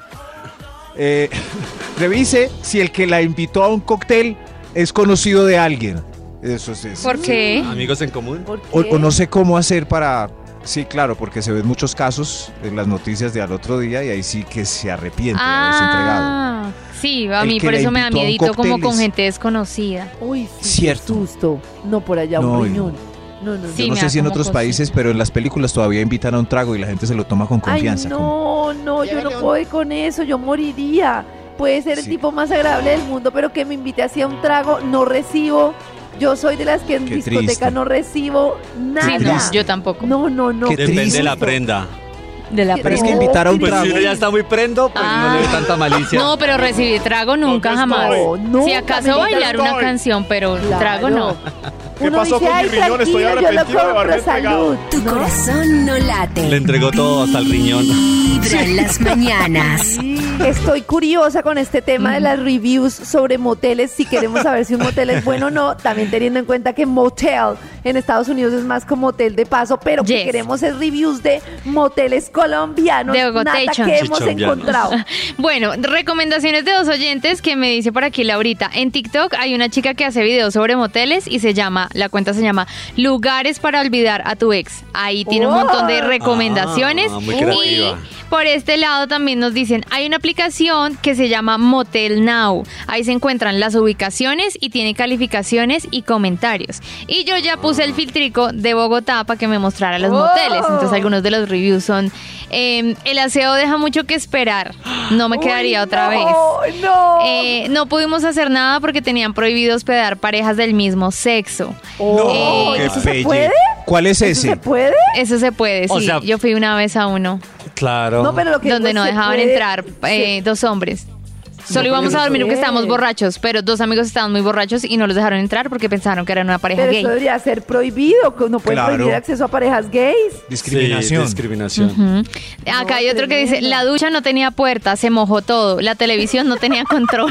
Eh, revise si el que la invitó a un cóctel es conocido de alguien. Eso sí. es- ¿Por qué? Amigos en común. ¿Por O, qué? o no sé cómo hacer para... Sí, claro, porque se ven muchos casos en las noticias de al otro día y ahí sí que se arrepiente de haberse entregado. Ah, sí, a El mí que por la eso me da invitó a un miedito como con cócteles. gente desconocida. Uy, sí, qué Cierto. susto. No por allá No, un y- riñón. No, no, no. Yo Sí, no me sé da si en como otros cosita. países, pero en las películas todavía invitan a un trago y la gente se lo toma con confianza. Ay, como- no, no, yo Llévate no un- puedo ir con eso, yo moriría. Puede ser el Sí. tipo más agradable del mundo, pero que me invite así a un trago, no recibo. Yo soy de las que en Qué discoteca triste. no recibo Sí, nada. no, triste. yo tampoco. no, no, no. Qué Depende triste. de la prenda. de la Pero es que No, invitar a un Pues trago. si uno ya está muy prendo, pues no le Ah. ve tanta malicia. No, pero recibir trago nunca ¿Dónde jamás. estoy? No, nunca si acaso me bailar estoy. una canción, pero Claro. trago no. ¿Qué Uno pasó dice, con mi "Ay, riñón? Estoy tranquilo, yo lo arrepentido de compro, haberme salud. Tu No. corazón no late. Le entregó todo hasta el riñón. Vibra en las mañanas. Estoy curiosa con este tema de las reviews sobre moteles. Si queremos saber si un motel es bueno o no, también teniendo en cuenta que motel en Estados Unidos es más como hotel de paso, pero que Yes. queremos es reviews de moteles colombianos. De Nata, Bogotá. que hemos Chichombianos. encontrado. Bueno, recomendaciones de dos oyentes que me dice por aquí Laurita. En TikTok hay una chica que hace videos sobre moteles y se llama, la cuenta se llama Lugares para olvidar a tu ex. Ahí tiene un Oh. montón de recomendaciones. Ah, muy y creativa. por este lado también nos dicen, hay una aplicación que se llama Motel Now. Ahí se encuentran las ubicaciones y tiene calificaciones y comentarios. Y yo ya puse el filtrico de Bogotá para que me mostrara los Oh. moteles. Entonces algunos de los reviews son, eh, el aseo deja mucho que esperar. No me quedaría Uy, otra no, vez. No. Eh, no pudimos hacer nada porque tenían prohibido hospedar parejas del mismo sexo. Oh, eh, ¿Eso se pelle. puede? ¿Cuál es ¿Eso se ese? puede? Eso se puede, sí. O sea- Yo fui una vez a uno Claro. No, pero lo que donde digo no es, ¿se dejaban puede? entrar eh, Se- dos hombres. Solo íbamos a dormir porque puede. estábamos borrachos, pero dos amigos estaban muy borrachos y no los dejaron entrar porque pensaron que eran una pareja Pero gay. eso debería ser prohibido. que No pueden Claro. prohibir acceso a parejas gays. Discriminación. Sí, discriminación. Ujú. Acá hay otro que dice, tremendo. la ducha no tenía puerta, se mojó todo, la televisión no tenía control.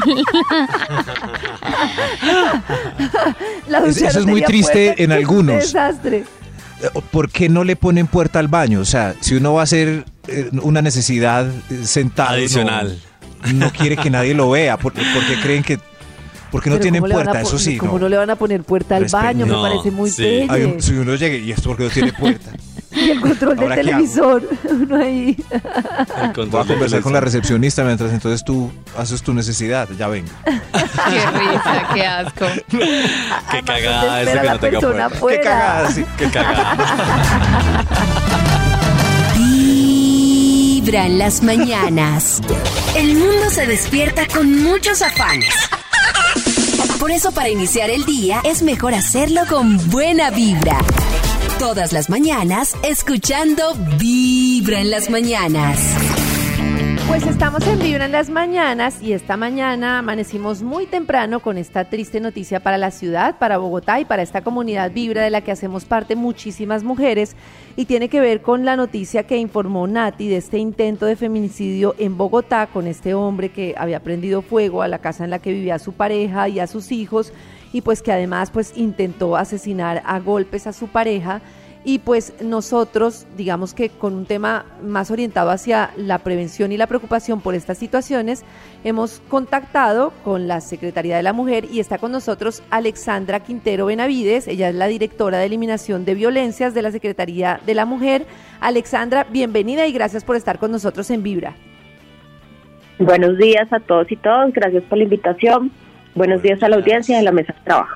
La Es- ducha eso no es muy tenía triste puerta, en es un algunos. Desastre. eh, ¿Por qué no le ponen puerta al baño? O sea, si uno va a hacer eh, una necesidad eh, sentado. no- Adicional. No, quiere que nadie lo vea. ¿Por, porque creen que.? Porque no Pero tienen ¿cómo le van a puerta, po- eso sí. ¿Cómo no. no. le van a poner puerta al Respeto. baño? No, me parece muy sí. bello. Hay un- si uno llega y esto porque no tiene puerta. Y el control del Ahora, ¿qué hago? televisor. Uno ahí. El Voy a control conversar pues, del con la televisor. recepcionista mientras entonces tú haces tu necesidad. Ya vengo. qué risa, qué asco. Qué Además, ¿dónde cagada espera ese que la Pues no tenga persona puerta. afuera? cagada, sí. Qué cagada. Vibra en las mañanas. El mundo se despierta con muchos afanes. Por eso para iniciar el día es mejor hacerlo con buena vibra. Todas las mañanas escuchando Vibra en las mañanas. Pues estamos en Vibra en las mañanas y esta mañana amanecimos muy temprano con esta triste noticia para la ciudad, para Bogotá y para esta comunidad Vibra de la que hacemos parte muchísimas mujeres y tiene que ver con la noticia que informó Nati de este intento de feminicidio en Bogotá con este hombre que había prendido fuego a la casa en la que vivía su pareja y a sus hijos y pues que además pues intentó asesinar a golpes a su pareja. Y pues nosotros, digamos que con un tema más orientado hacia la prevención y la preocupación por estas situaciones, hemos contactado con la Secretaría de la Mujer y está con nosotros Alexandra Quintero Benavides, ella es la directora de eliminación de violencias de la Secretaría de la Mujer. Alexandra, bienvenida y gracias por estar con nosotros en Vibra. Buenos días a todos y todas, gracias por la invitación. Buenos días a la audiencia de la mesa de trabajo.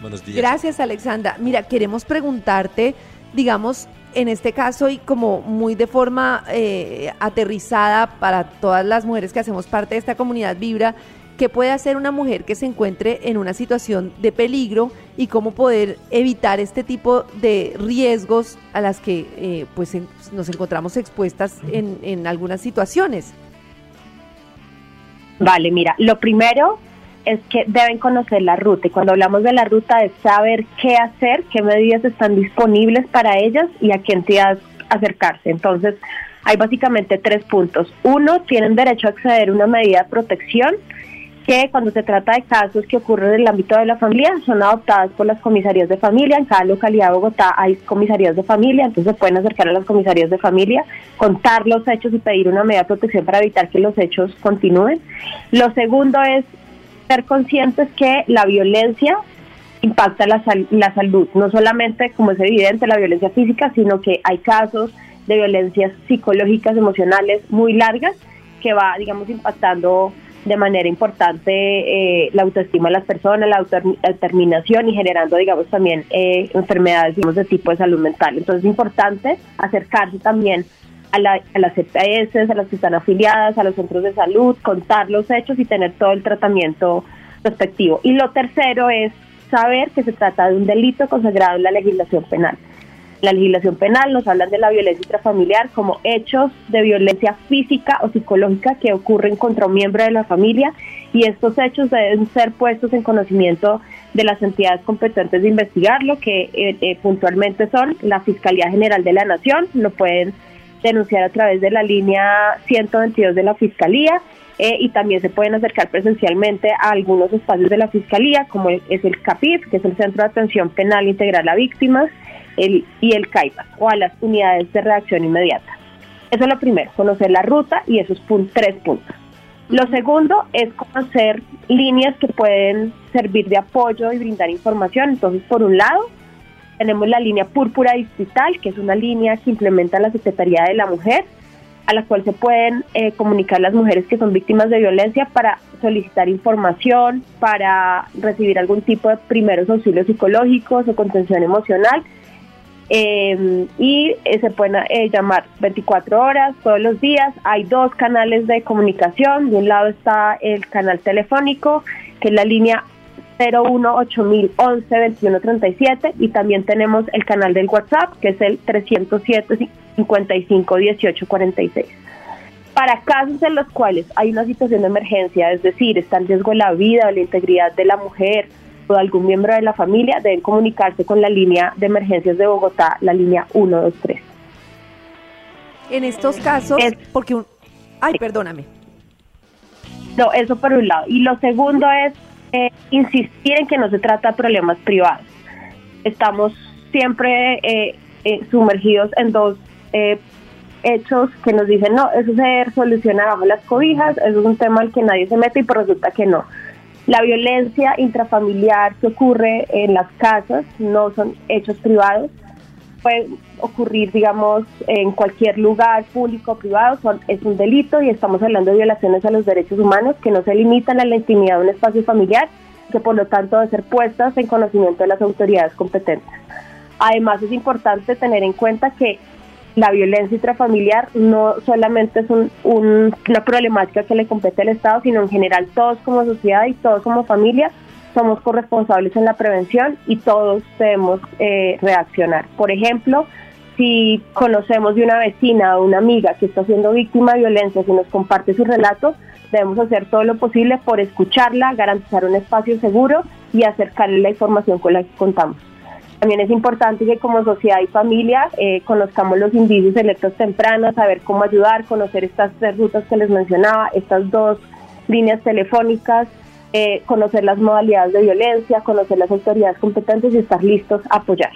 Buenos días. Gracias, Alexandra. Mira, queremos preguntarte digamos, en este caso y como muy de forma eh, aterrizada para todas las mujeres que hacemos parte de esta comunidad Vibra, ¿qué puede hacer una mujer que se encuentre en una situación de peligro y cómo poder evitar este tipo de riesgos a las que eh, pues en, nos encontramos expuestas en, en algunas situaciones? Vale, mira, lo primero es que deben conocer la ruta y cuando hablamos de la ruta es saber qué hacer, qué medidas están disponibles para ellas y a qué entidades acercarse. Entonces, hay básicamente tres puntos. Uno, tienen derecho a acceder a una medida de protección que cuando se trata de casos que ocurren en el ámbito de la familia son adoptadas por las comisarías de familia. En cada localidad de Bogotá hay comisarías de familia, entonces se pueden acercar a las comisarías de familia, contar los hechos y pedir una medida de protección para evitar que los hechos continúen. Lo segundo es ser conscientes que la violencia impacta la, sal la salud, no solamente como es evidente la violencia física, sino que hay casos de violencias psicológicas, emocionales muy largas que va, digamos, impactando de manera importante eh, la autoestima de las personas, la autodeterminación y generando, digamos, también eh, enfermedades digamos, de tipo de salud mental. Entonces es importante acercarse también a, la, a, las EPS, a las que están afiliadas, a los centros de salud, contar los hechos y tener todo el tratamiento respectivo. Y lo tercero es saber que se trata de un delito consagrado en la legislación penal. La legislación penal nos habla de la violencia intrafamiliar como hechos de violencia física o psicológica que ocurren contra un miembro de la familia y estos hechos deben ser puestos en conocimiento de las entidades competentes de investigarlo, que eh, eh, puntualmente son la Fiscalía General de la Nación, lo pueden denunciar a través de la línea 122 de la Fiscalía eh, y también se pueden acercar presencialmente a algunos espacios de la Fiscalía, como el, es el CAPIF, que es el Centro de Atención Penal Integral a Víctimas, el, y el CAIPA, o a las unidades de reacción inmediata. Eso es lo primero, conocer la ruta y esos pun tres puntos. Lo segundo es conocer líneas que pueden servir de apoyo y brindar información. Entonces, por un lado, tenemos la línea Púrpura Distrital, que es una línea que implementa la Secretaría de la Mujer, a la cual se pueden eh, comunicar las mujeres que son víctimas de violencia para solicitar información, para recibir algún tipo de primeros auxilios psicológicos o contención emocional. Eh, y eh, se pueden llamar 24 horas todos los días. Hay dos canales de comunicación. De un lado está el canal telefónico, que es la línea 018-011-2137 y también tenemos el canal del WhatsApp que es el 307-55-1846. Para casos en los cuales hay una situación de emergencia, es decir, está en riesgo la vida o la integridad de la mujer o de algún miembro de la familia, deben comunicarse con la línea de emergencias de Bogotá, la línea 123. En estos casos, es, porque un... Ay, perdóname. No, eso por un lado. Y lo segundo es eh, insistir en que no se trata de problemas privados. Estamos siempre eh, eh, sumergidos en dos eh, hechos que nos dicen, no, eso se soluciona bajo las cobijas, eso es un tema al que nadie se mete y por resulta que no. La violencia intrafamiliar que ocurre en las casas no son hechos privados, puede ocurrir, digamos, en cualquier lugar público o privado, son, es un delito y estamos hablando de violaciones a los derechos humanos que no se limitan a la intimidad de un espacio familiar, que por lo tanto deben ser puestas en conocimiento de las autoridades competentes. Además, es importante tener en cuenta que la violencia intrafamiliar no solamente es un, un- una problemática que le compete al Estado, sino en general todos como sociedad y todos como familia somos corresponsables en la prevención y todos debemos eh, reaccionar. Por ejemplo, si conocemos de una vecina o una amiga que está siendo víctima de violencia, si nos comparte su relato, debemos hacer todo lo posible por escucharla, garantizar un espacio seguro y acercarle la información con la que contamos. También es importante que como sociedad y familia eh, conozcamos los indicios electos tempranos, saber cómo ayudar, conocer estas tres rutas que les mencionaba, estas dos líneas telefónicas, eh, conocer las modalidades de violencia, conocer las autoridades competentes y estar listos a apoyar.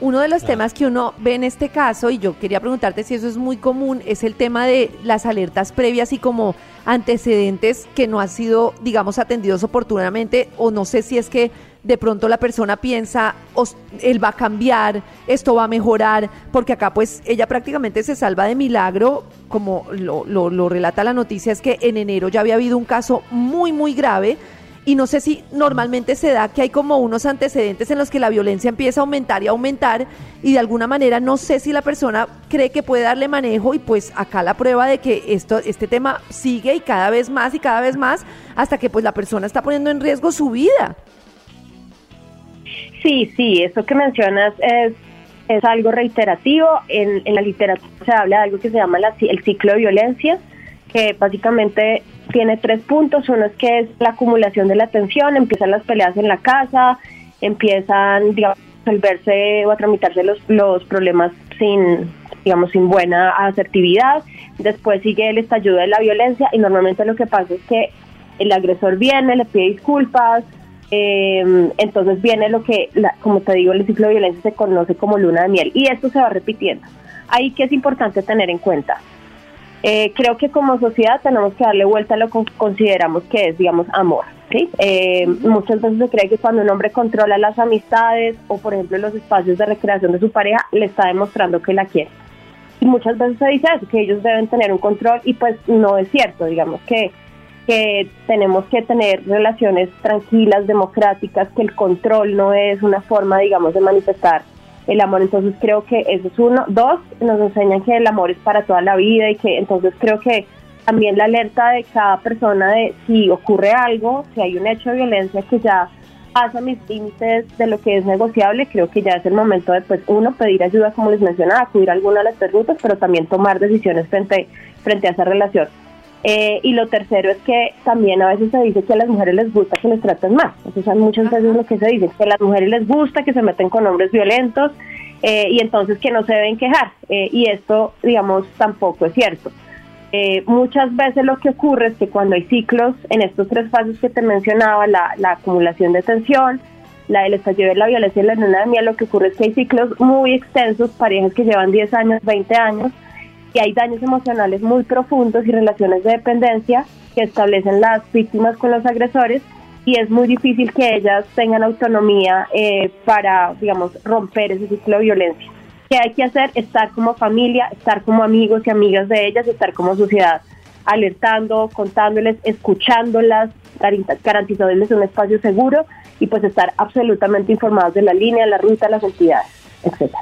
Uno de los temas que uno ve en este caso, y yo quería preguntarte si eso es muy común, es el tema de las alertas previas y como antecedentes que no han sido, digamos, atendidos oportunamente, o no sé si es que de pronto la persona piensa, "Os- él va a cambiar, esto va a mejorar, porque acá pues ella prácticamente se salva de milagro, como lo, lo- lo relata la noticia, es que en enero ya había habido un caso muy, muy grave y no sé si normalmente se da que hay como unos antecedentes en los que la violencia empieza a aumentar y a aumentar y de alguna manera no sé si la persona cree que puede darle manejo y pues acá la prueba de que esto este tema sigue y cada vez más y cada vez más hasta que pues la persona está poniendo en riesgo su vida. Sí, sí, eso que mencionas es, es algo reiterativo. En, en la literatura se habla de algo que se llama la ci- el ciclo de violencia, que básicamente tiene tres puntos. Uno es que es la acumulación de la tensión, empiezan las peleas en la casa, empiezan, digamos, a resolverse o a tramitarse los, los problemas sin, digamos, sin buena asertividad. Después sigue el estallido de la violencia y normalmente lo que pasa es que el agresor viene, le pide disculpas, eh, entonces viene lo que, la- como te digo, el ciclo de violencia se conoce como luna de miel y esto se va repitiendo. Ahí que es importante tener en cuenta. Eh, creo que como sociedad tenemos que darle vuelta a lo que consideramos que es, digamos, amor. ¿sí? Eh, muchas veces se cree que cuando un hombre controla las amistades o, por ejemplo, los espacios de recreación de su pareja, le está demostrando que la quiere. Y muchas veces se dice eso, que ellos deben tener un control y pues no es cierto, digamos que que tenemos que tener relaciones tranquilas, democráticas, que el control no es una forma, digamos, de manifestar el amor. Entonces creo que eso es uno. Dos, nos enseñan que el amor es para toda la vida y que entonces creo que también la alerta de cada persona de si ocurre algo, si hay un hecho de violencia que ya pasa mis límites de lo que es negociable, creo que ya es el momento de, pues, uno, pedir ayuda, como les mencionaba, acudir a alguna de las tres rutas, pero también tomar decisiones frente, frente a esa relación. Eh, y lo tercero es que también a veces se dice que a las mujeres les gusta que les traten más. Entonces hay muchas veces lo que se dice, que a las mujeres les gusta que se meten con hombres violentos eh, y entonces que no se deben quejar. Eh, y esto, digamos, tampoco es cierto. Eh, muchas veces lo que ocurre es que cuando hay ciclos en estos tres fases que te mencionaba, la, la acumulación de tensión, la del estallido de la violencia y la luna de miel, lo que ocurre es que hay ciclos muy extensos, parejas que llevan 10 años, 20 años, y hay daños emocionales muy profundos y relaciones de dependencia que establecen las víctimas con los agresores y es muy difícil que ellas tengan autonomía eh, para, digamos, romper ese ciclo de violencia. ¿Qué hay que hacer? Estar como familia, estar como amigos y amigas de ellas, estar como sociedad, alertando, contándoles, escuchándolas, garanta- garantizándoles un espacio seguro y pues estar absolutamente informados de la línea, la ruta, las entidades, etcétera.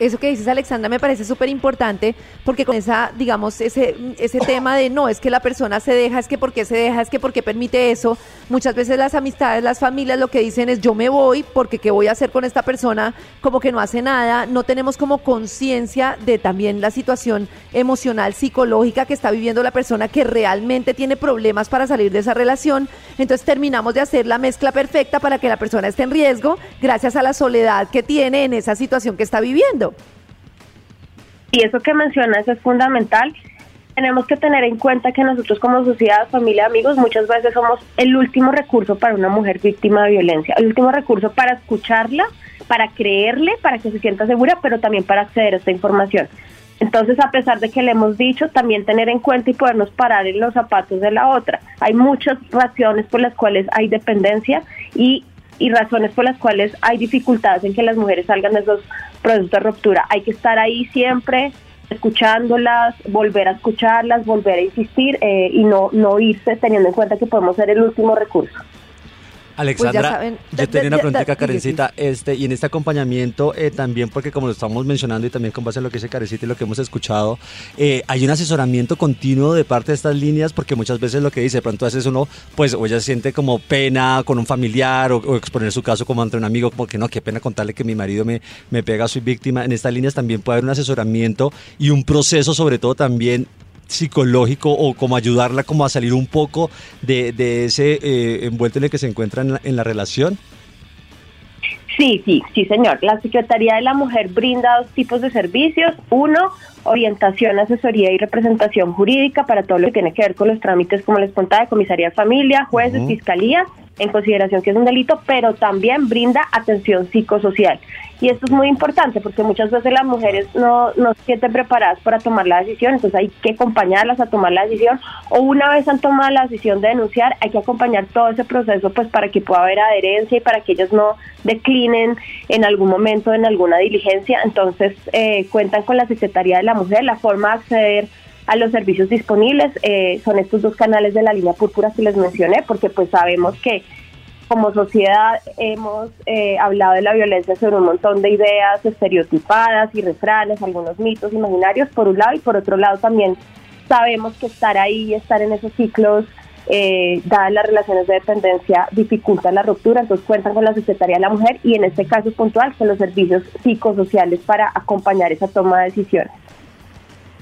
Eso que dices, Alexandra, me parece súper importante porque con esa, digamos, ese, ese tema de no, es que la persona se deja, es que por qué se deja, es que por qué permite eso. Muchas veces las amistades, las familias lo que dicen es yo me voy porque qué voy a hacer con esta persona, como que no hace nada. No tenemos como conciencia de también la situación emocional, psicológica que está viviendo la persona que realmente tiene problemas para salir de esa relación. Entonces terminamos de hacer la mezcla perfecta para que la persona esté en riesgo gracias a la soledad que tiene en esa situación que está viviendo. y eso que mencionas es fundamental. Tenemos que tener en cuenta que nosotros como sociedad, familia, amigos, muchas veces somos el último recurso para una mujer víctima de violencia, el último recurso para escucharla, para creerle, para que se sienta segura, pero también para acceder a esta información. Entonces, a pesar de que le hemos dicho, también tener en cuenta y podernos parar en los zapatos de la otra. Hay muchas razones por las cuales hay dependencia y, y razones por las cuales hay dificultades en que las mujeres salgan de esos procesos de ruptura. Hay que estar ahí siempre escuchándolas, volver a escucharlas, volver a insistir eh, y no, no irse teniendo en cuenta que podemos ser el último recurso. Alexandra, Pues ya saben. Da- yo tenía una da- preguntita, da- Karencita, este, y en este acompañamiento eh, también, porque como lo estamos mencionando y también con base en lo que dice Karencita y lo que hemos escuchado, eh, hay un asesoramiento continuo de parte de estas líneas, porque muchas veces lo que dice, de pronto a veces uno, pues, o ella siente como pena con un familiar o, o exponer su caso como ante un amigo, como que no, qué pena contarle que mi marido me, me pega, soy víctima. En estas líneas también puede haber un asesoramiento y un proceso, sobre todo también psicológico o como ayudarla como a salir un poco de, de ese eh, envuelto en el que se encuentra en la, en la relación. Sí, sí, sí, señor. La Secretaría de la Mujer brinda dos tipos de servicios. Uno, orientación, asesoría y representación jurídica para todo lo que tiene que ver con los trámites, como les contaba, de comisaría de familia, jueces, Ujú. fiscalía, en consideración que es un delito, pero también brinda atención psicosocial. Y esto es muy importante porque muchas veces las mujeres no, no se sienten preparadas para tomar la decisión, entonces hay que acompañarlas a tomar la decisión o una vez han tomado la decisión de denunciar, hay que acompañar todo ese proceso pues para que pueda haber adherencia y para que ellas no declinen en algún momento en alguna diligencia. Entonces eh, cuentan con la Secretaría de la Mujer, la forma de acceder a los servicios disponibles. eh, son estos dos canales de la línea púrpura que les mencioné, porque pues sabemos que como sociedad hemos eh, hablado de la violencia sobre un montón de ideas estereotipadas y refranes, algunos mitos imaginarios, por un lado, y por otro lado también sabemos que estar ahí, estar en esos ciclos, eh, dadas las relaciones de dependencia, dificultan la ruptura, entonces cuentan con la Secretaría de la Mujer y en este caso puntual con los servicios psicosociales para acompañar esa toma de decisiones.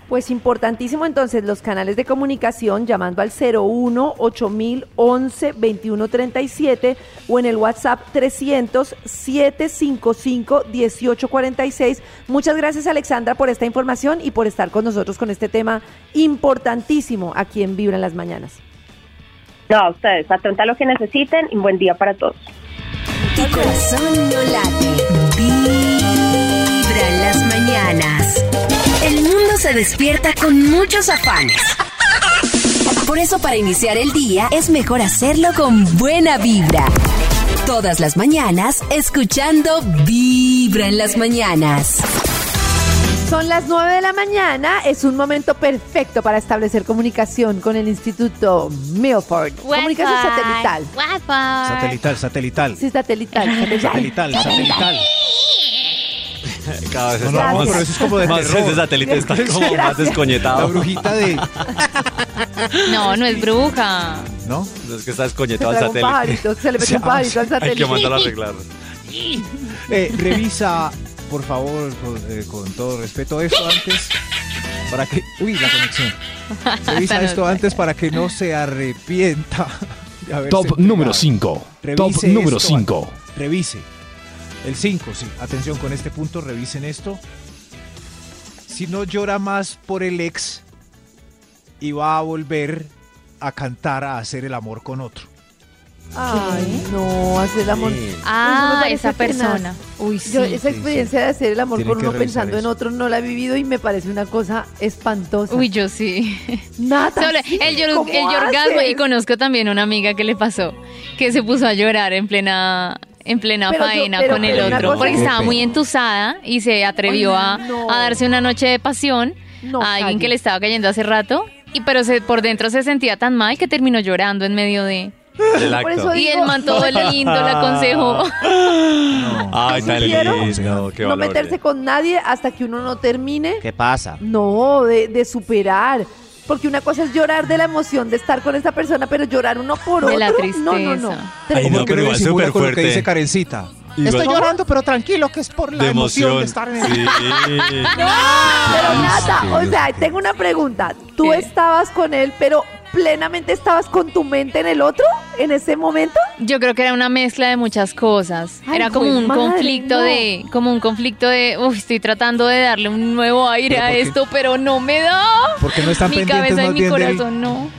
Pues importantísimo entonces los canales de comunicación llamando al 01 8011 2137 o en el WhatsApp 300 755 1846. Muchas gracias Alexandra por esta información y por estar con nosotros con este tema importantísimo aquí en Vibra en las mañanas. No, a ustedes, atenta a lo que necesiten y buen día para todos. Tu corazón no late. Vibra en las mañanas. El mundo se despierta con muchos afanes. Por eso para iniciar el día es mejor hacerlo con buena vibra. Todas las mañanas escuchando Vibra en las mañanas. Son las 9 de la mañana, es un momento perfecto para establecer comunicación con el Instituto Milford. Comunicación satelital. Satelital, satelital. Sí, satelital. Satelital, satelital. Cada vez No, no, está más- pero eso es como de más terror. ese satélite está Gracias. como más descoñetado. La brujita de... No, no es bruja. ¿No? Es que está descoñetado el Se le pegó un satélite. pajarito, se le metió un pajarito al Hay satélite. que mandarlo a arreglar. Eh, revisa, por favor, con, eh, con todo respeto, esto antes para que... Uy, la conexión. Revisa esto antes para que no se arrepienta. de haberse Top entregado. número 5. Top Revise número esto 5. antes. Revise. El 5, sí. Atención con este punto, revisen esto. Si no llora más por el ex y va a volver a cantar a hacer el amor con otro. Ay, no, hacer el amor. Sí. Ah, Eso me parece esa tenaz. persona. Uy, Yo sí. esa experiencia de hacer el amor Tienen por que uno revisar pensando en eso. otro no la he vivido y me parece una cosa espantosa. Uy, yo sí. Nada. Solo el, yor- ¿Ah, ¿cómo el yorgasmo haces? y conozco también una amiga que le pasó que se puso a llorar en plena en plena Pero yo- faena pero con el una otro cosa porque es- estaba muy entusada y se atrevió a, a darse una noche de pasión a alguien que le estaba cayendo hace rato y pero se- por dentro se sentía tan mal que terminó llorando en medio de Del acto. y el man todo lindo le aconsejó Ay, tan ¿Prefiero lindo. Qué No valor. meterse con nadie hasta que uno no termine. ¿Qué pasa? No, de, de superar. Porque una cosa es llorar de la emoción de estar con esa persona, pero llorar uno por otro. De la No, no, no. tristeza. Ay, ¿Por no, qué pero no disimula igual súper con lo que fuerte. dice Karencita? Estoy Igual- llorando, pero tranquilo, que es por la de emoción, emoción. de estar en el... Sí. Pero Ay, nada, sí, o sea, tengo una pregunta. ¿Tú estabas con él, pero plenamente estabas con tu mente en el otro en ese momento? Yo creo que era una mezcla de muchas cosas. Ay, era como jue un madre, conflicto no. de, como un conflicto de, uff, estoy tratando de darle un nuevo aire Pero a ¿por qué? esto, pero no me da. Porque no están mi pendientes cabeza más y mi bien del- corazón no.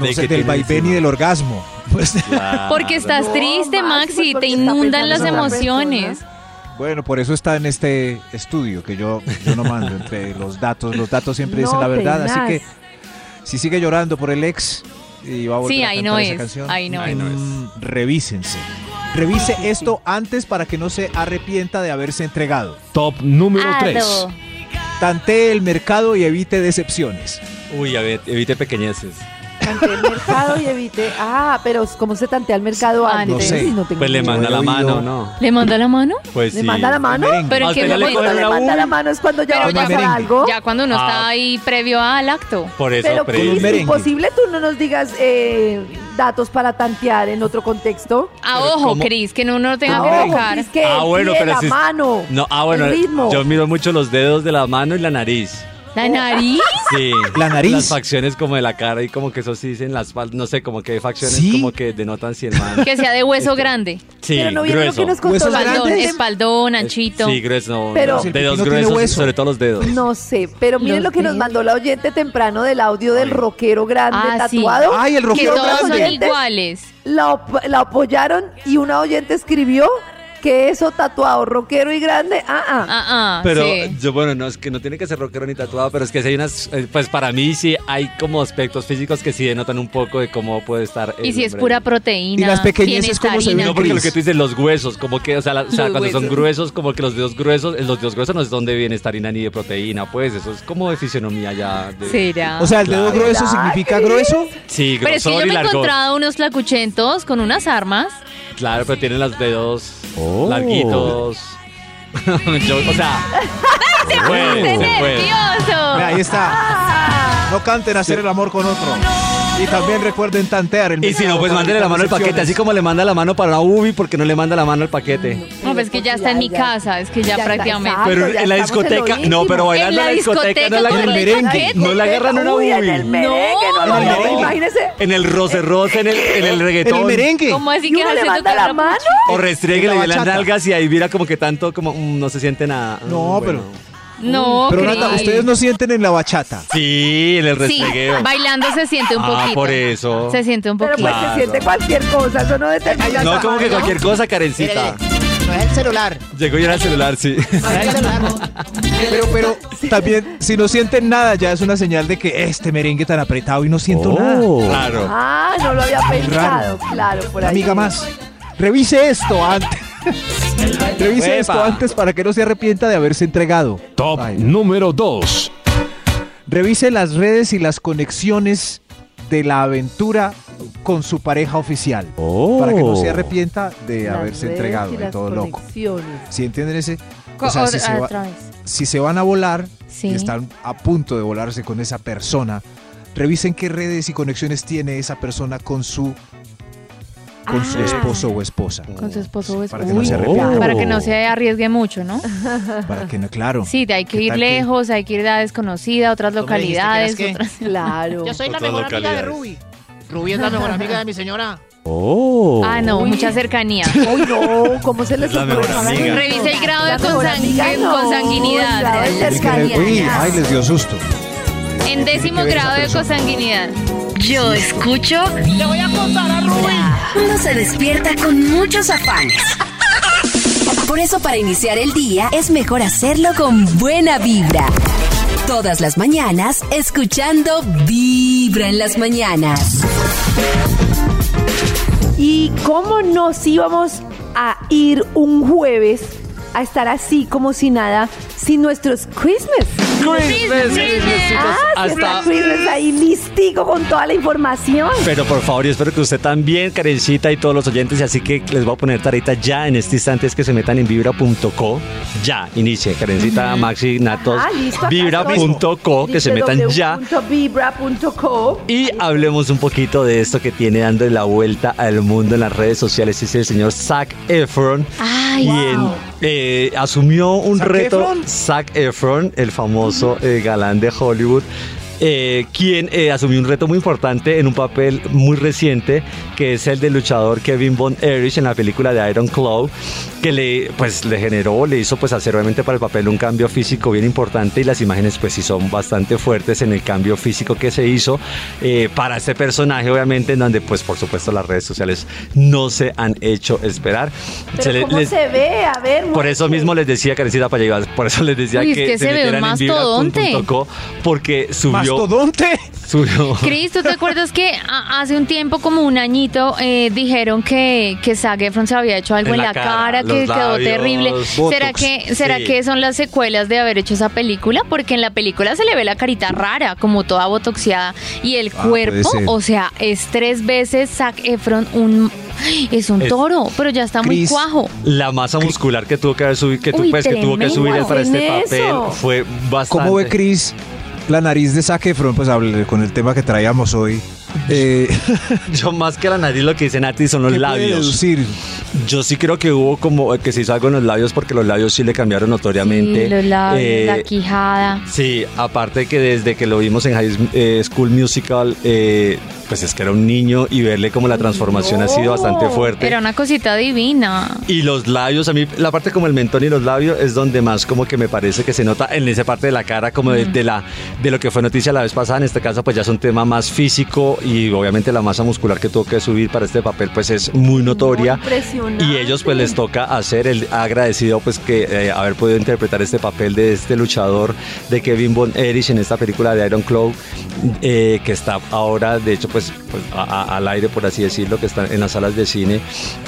No De sé, que del tiene vaivén encima. y del orgasmo. Pues, Claro. Porque estás No, triste, Max, Maxi, pues te porque está inundan las pensando en otra emociones. Bueno, por eso está en este estudio que yo, yo no mando entre los datos. Los datos siempre dicen No, la verdad. Así tenaz. que si sigue llorando por el ex y va a volver Sí, a ahí cantar no esa es, canción, ahí no mm, revísense. Revise esto antes para que no se arrepienta de haberse entregado. Top número 3. Tantee el mercado y evite decepciones. Uy, a ver, evite pequeñeces. Tantee el mercado y evite. Ah, pero ¿cómo se tantea el mercado Ah, antes? No sé. tengo Pues le idea. manda la mano, ¿no. ¿Le manda la mano? Pues ¿Le sí. manda la mano? Merengue. Pero en Al qué final le momento coge le la U. manda la mano es cuando ya Pero va a ya- pasar algo. Ya cuando uno Ah. está ahí previo al acto. Por eso, Ah, Pero pre- con un Cris, merengue. imposible tú no nos digas eh, datos para tantear en otro contexto. A Pero ojo, ¿cómo? Cris, que uno no tenga Ah, que ojo, tocar. Cris, que Ah, bueno, pide pero la si- mano. No, ah, bueno, el ritmo. yo miro mucho los dedos de la mano y la nariz. La nariz. Sí. La nariz. Las facciones como de la cara y como que eso sí dicen las fal- no sé, como que hay facciones Sí. como que denotan si el man. Que sea de hueso grande. Sí, pero no viene lo grueso. que nos contó Huesos la Espaldón, grandes? gente. espaldón, anchito. Sí, grueso. no, Pero- no, Si el Dedos pepino tiene gruesos, hueso. sobre todo los dedos. No sé, pero miren Los lo que nos dedos. mandó la oyente temprano del audio del rockero grande Ah, sí. tatuado. Ay, el que rockero Y otros todos son oyentes iguales. La, op- la apoyaron y una oyente escribió que eso tatuado, rockero y grande, ah, ah. Ah, ah, Pero sí. yo, bueno, no, es que no tiene que ser rockero ni tatuado, pero es que sí hay unas, eh, pues para mí sí hay como aspectos físicos que sí denotan un poco de cómo puede estar. Y el si es hombre pura ahí. proteína. ¿Y las pequeñeces tienes cómo se ven, harina. No, porque lo que tú dices, los huesos, como que, o sea, la- o sea, Los cuando son huesos. gruesos, como que los dedos gruesos, eh, los dedos gruesos no es donde viene esta harina ni de proteína, pues eso es como de fisionomía ya. De, Será. O sea, el dedo Claro. grueso significa grueso. sí, pero es que grosor yo y me he largor. encontrado unos flacuchentos con unas armas. Claro, pero tienen los dedos Oh. larguitos. Yo, o sea, se puede, ¡Qué se puede. nervioso! Ahí está. Ah. No canten hacer el amor con otro. Y también recuerden tantear el Y si no, pues mándele la mano al paquete, así como le manda la mano para una UBI, porque no le manda la mano al paquete. No, pues es que ya está en mi casa, es que ya, Ya está, prácticamente. exacto, Pero ya en estamos la en lo discoteca, no, íntimo. pero bailando En en la la discoteca, discoteca no la con el agarran merengue. no le agarran una Uy, UBI. en el merengue, no, No. lo agarran, No. imagínese. En el roce roce, en el, en el El reggaetón. merengue. ¿Cómo así ¿Y que uno hace levanta tocar la la mano? O restriegue En la de las bachata. nalgas y ahí mira como que tanto como mm, no se siente nada. No, pero- No, Pero Cris. Nata, ustedes no sienten en la bachata. Sí, en el Sí, restriegueo. bailando se siente un Ah, poquito. por eso. Se siente un Pero poquito. pues se Claro. siente cualquier cosa, eso no determina. no, el como que tamaño. cualquier cosa, Karencita. No es el celular. Llegó y era el celular, sí. No es el celular. no. Pero, pero también, si no sienten nada, ya es una señal de que este merengue tan apretado y no siento nada. Oh. Claro. Ah, no lo había pensado, raro. claro, por Una ahí. amiga más, revise esto antes. revise Uepa. esto antes para que no se arrepienta de haberse entregado. Top Ay, número 2. Revise las redes y las conexiones de la aventura con su pareja oficial. Para que no Oh. se arrepienta de Las haberse redes entregado, y de las todo loco. conexiones. ¿Sí entienden ese? Co- O sea, si otra- se, va- otra vez. si se van a volar Sí. y están a punto de volarse con esa persona, revisen qué redes y conexiones tiene esa persona con su con su Ah. esposo o esposa. Con su esposo o esposa. Para que no se Uy, arrepienta. Para que no se arriesgue mucho, ¿no? Para que no, claro. Sí, de hay que ¿Qué ir tal que- lejos, hay que ir a desconocida, otras Tú me dijiste que eras localidades, qué. otras... Claro. Yo soy la Otras mejor amiga de localidades. Ruby. Ruby es la mejor amiga de mi señora. Ah, no, mucha cercanía. Uy, no, ¿cómo se les Es la ocurre? mejor amiga. Revisa el grado de La mejor consangu- amiga, no, consanguinidad. el grado de Uy, Es que le- uy, cercanía. ay, les dio susto. En décimo ver esa grado de consanguinidad. Yo escucho Le voy a contar a Ruby. Uno se despierta con muchos afanes. Por eso para iniciar el día es mejor hacerlo con buena vibra. Todas las mañanas escuchando Vibra en las mañanas. ¿Y cómo nos íbamos a ir un jueves a estar así como si nada sin nuestros Christmas? Christmas, Christmas, Ah, sí está hasta. Christmas ahí listico con toda la información. Pero por favor, yo espero que usted también, Karencita y todos los oyentes, así que les voy a poner tarita ya en este instante, es que se metan en vibra.co. Ya, inicie, Karencita, Maxi, Natos, Ah, listo, acá vibra.co, que se metan ya. www.vibra.co. Y hablemos un poquito de esto que tiene dando la vuelta al mundo en las redes sociales. Es el señor Zac Efron. quien eh, asumió un ¿Zac reto. Efron? Zac Efron, el famoso eh, galán de Hollywood. eh, quien eh, asumió un reto muy importante en un papel muy reciente que es el del luchador Kevin Von Erich en la película de Iron Claw que le pues le generó le hizo pues hacer obviamente para el papel un cambio físico bien importante y las imágenes pues sí son bastante fuertes en el cambio físico que se hizo eh, para este personaje obviamente en donde pues por supuesto las redes sociales no se han hecho esperar Pero Se le- ¿cómo les- se ve? A ver. por eso mismo les decía, Karencita Payagás, por eso les decía Uy, es que, que se ve un metieran en mastodonte. vibra.co, porque subió, Mastodonte. suyo. Cris, ¿tú te acuerdas que a- hace un tiempo, como un añito, eh, dijeron que, que Zac Efron se había hecho algo en, la cara, que los quedó labios, terrible? botox, ¿Será, que, ¿será sí. que son las secuelas de haber hecho esa película? Porque en la película se le ve la carita rara, como toda botoxiada, y el Ah, cuerpo, puede ser. o sea, es tres veces Zac Efron un... Es un Es- toro, pero ya está muy Cris, cuajo. La masa muscular que tuvo que haber subi- que, tu- Uy, pues, que tuvo que tremendo. subir para este papel Eso. fue bastante. ¿Cómo ve Chris la nariz de Zac Efron? Pues hable con el tema que traíamos hoy. Eh, Yo más que la nariz lo que dice Nati son ¿qué los puede labios. deducir? Yo sí creo que hubo como eh, que se hizo algo en los labios porque los labios sí le cambiaron notoriamente. Sí, los labios, Eh, la quijada. Sí, aparte que desde que lo vimos en High eh, School Musical, eh, pues es que era un niño y verle como la transformación ha sido bastante fuerte. Era una cosita divina. Y los labios, a mí la parte como el mentón y los labios es donde más como que me parece que se nota en esa parte de la cara, como de, de la, de lo que fue noticia la vez pasada. En este caso, pues ya es un tema más físico y obviamente la masa muscular que tuvo que subir para este papel, pues es muy notoria. Impresionante. Y ellos pues les toca hacer el agradecido pues que eh, haber podido interpretar este papel de este luchador de Kevin Von Erich en esta película de Iron Claw eh, que está ahora de hecho pues, pues, a- a- al aire por así decirlo que está en las salas de cine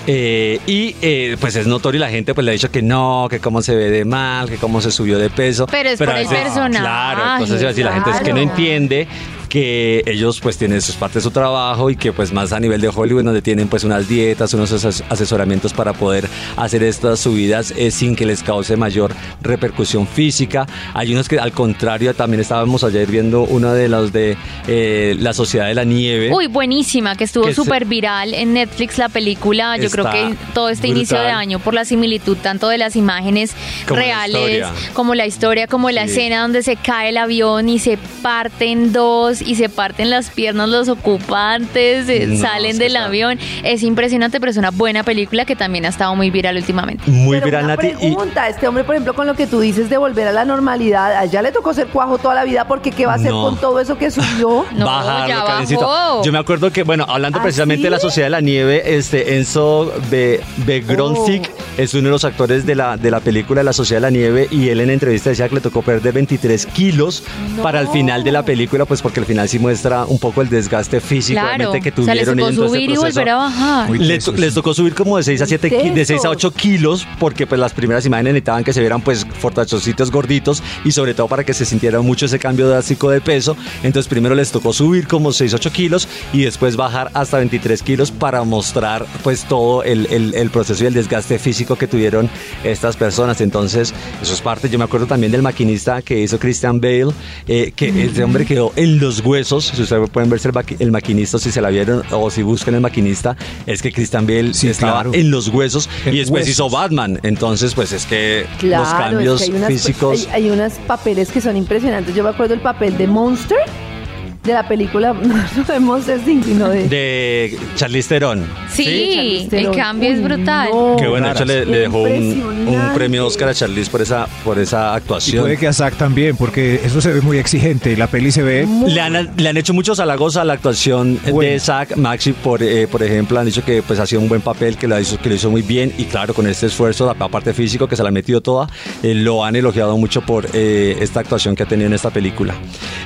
Eh, y eh, pues es notorio y la gente pues le ha dicho que no que cómo se ve de mal que cómo se subió de peso Pero es a por el personaje, claro entonces así la gente es que no claro. entiende que ellos pues tienen sus partes de su trabajo y que pues más a nivel de Hollywood donde tienen pues unas dietas, unos ases- asesoramientos para poder hacer estas subidas eh, sin que les cause mayor repercusión física. Hay unos que al contrario también estábamos ayer viendo una de las de eh, la Sociedad de la Nieve. Uy, buenísima, que estuvo Que se- súper viral en Netflix la película. Yo Está creo que todo este brutal. inicio de año, por la similitud tanto de las imágenes Como la reales, historia. como la historia, como la Sí. escena donde se cae el avión y se parten dos y se parten las piernas los ocupantes, eh, No, es salen que del está- avión. Es impresionante, pero es una buena película que también ha estado muy viral últimamente. Muy Pero viral una Nati y pregunta, este hombre, por ejemplo, con lo que tú dices de volver a la normalidad, allá le tocó ser cuajo toda la vida porque ¿qué va a hacer No. con todo eso que subió? No, bajarlo, ya Karencita. bajó. Yo me acuerdo que, bueno, hablando ¿Ah, precisamente sí? de la Sociedad de la Nieve, este Enzo Be- Begronsic Oh. es uno de los actores de la, de la película de la Sociedad de la Nieve y él en entrevista decía que le tocó perder 23 kilos para el final de la película, pues porque al final sí muestra un poco el desgaste físico Claro, obviamente, que o sea, tuvieron ellos les tocó en todo este subir y proceso. volver a bajar. Muy Le tesos. to- les tocó subir como de 6 a 7 ki- de 6 a Tesos. 8 kilos porque pues las primeras imágenes necesitaban que se vieran pues fortachocitos gorditos y sobre todo para que se sintiera mucho ese cambio drástico de peso. Entonces primero les tocó subir como 6 8 kilos y después bajar hasta 23 kilos para mostrar pues todo el, el- el proceso y el desgaste físico que tuvieron estas personas. Entonces eso es parte. Yo me acuerdo también del maquinista que hizo Christian Bale eh, que ese hombre quedó en los huesos. Si ustedes pueden verse el, maqui- el maquinista si se la vieron o si buscan el maquinista es que Christian Bale Sí, estaba claro. en los huesos En y después huesos. hizo Batman. Entonces, pues es que Claro, los es que cambios hay unas- físicos. Hay, hay unos papeles que son impresionantes. Yo me acuerdo el papel de Monster, de la película, no de Monster Inc., sino de... de Charlize Theron. Sí, Charlize el Theron. cambio es Uy, brutal. no. Que bueno, de hecho le, le dejó un, un Impresionante. premio Oscar a Charlize por esa, por esa Y actuación. puede que a Zac también, porque eso se ve muy exigente. La peli se ve. Le han, le han hecho muchos halagos a la actuación de Bueno. Zack Maxi, por, eh, por ejemplo, han dicho que pues ha sido un buen papel, que lo hizo, que lo hizo muy bien y claro, con este esfuerzo, la parte físico que se la ha metido toda, eh, lo han elogiado mucho por eh, esta actuación que ha tenido en esta película.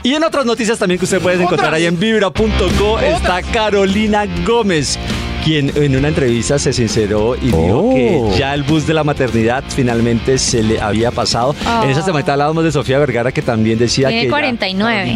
Y en otras noticias también que usted puede encontrar ahí en vibra.co está Carolina Gómez quien en una entrevista se sinceró y dijo Oh. que ya el bus de la maternidad finalmente se le había pasado. En Ah. esa semana hablábamos de Sofía Vergara que también decía que Tiene ya- 49.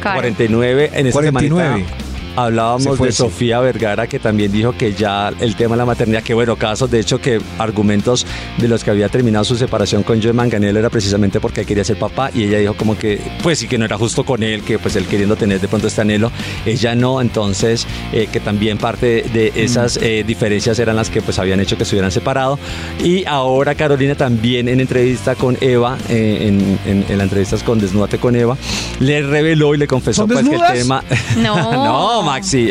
Claro. 49 en esta 49. semanita Hablábamos Se fue, de sí. Sofía Vergara que también dijo que ya el tema de la maternidad, que bueno, casos, de hecho que argumentos de los que había terminado su separación con Joe Manganiello era precisamente porque él quería ser papá y ella dijo como que pues sí que no era justo con él, que pues él queriendo tener de pronto este anhelo, ella no, entonces eh, que también parte Mm. de esas eh, diferencias eran las que pues habían hecho que se hubieran separado y ahora Carolina también en entrevista con Eva, eh, en, en- en las entrevistas con Desnúdate con Eva, le reveló y le confesó ¿Son pues que el desnudas? tema... No. no, Maxi.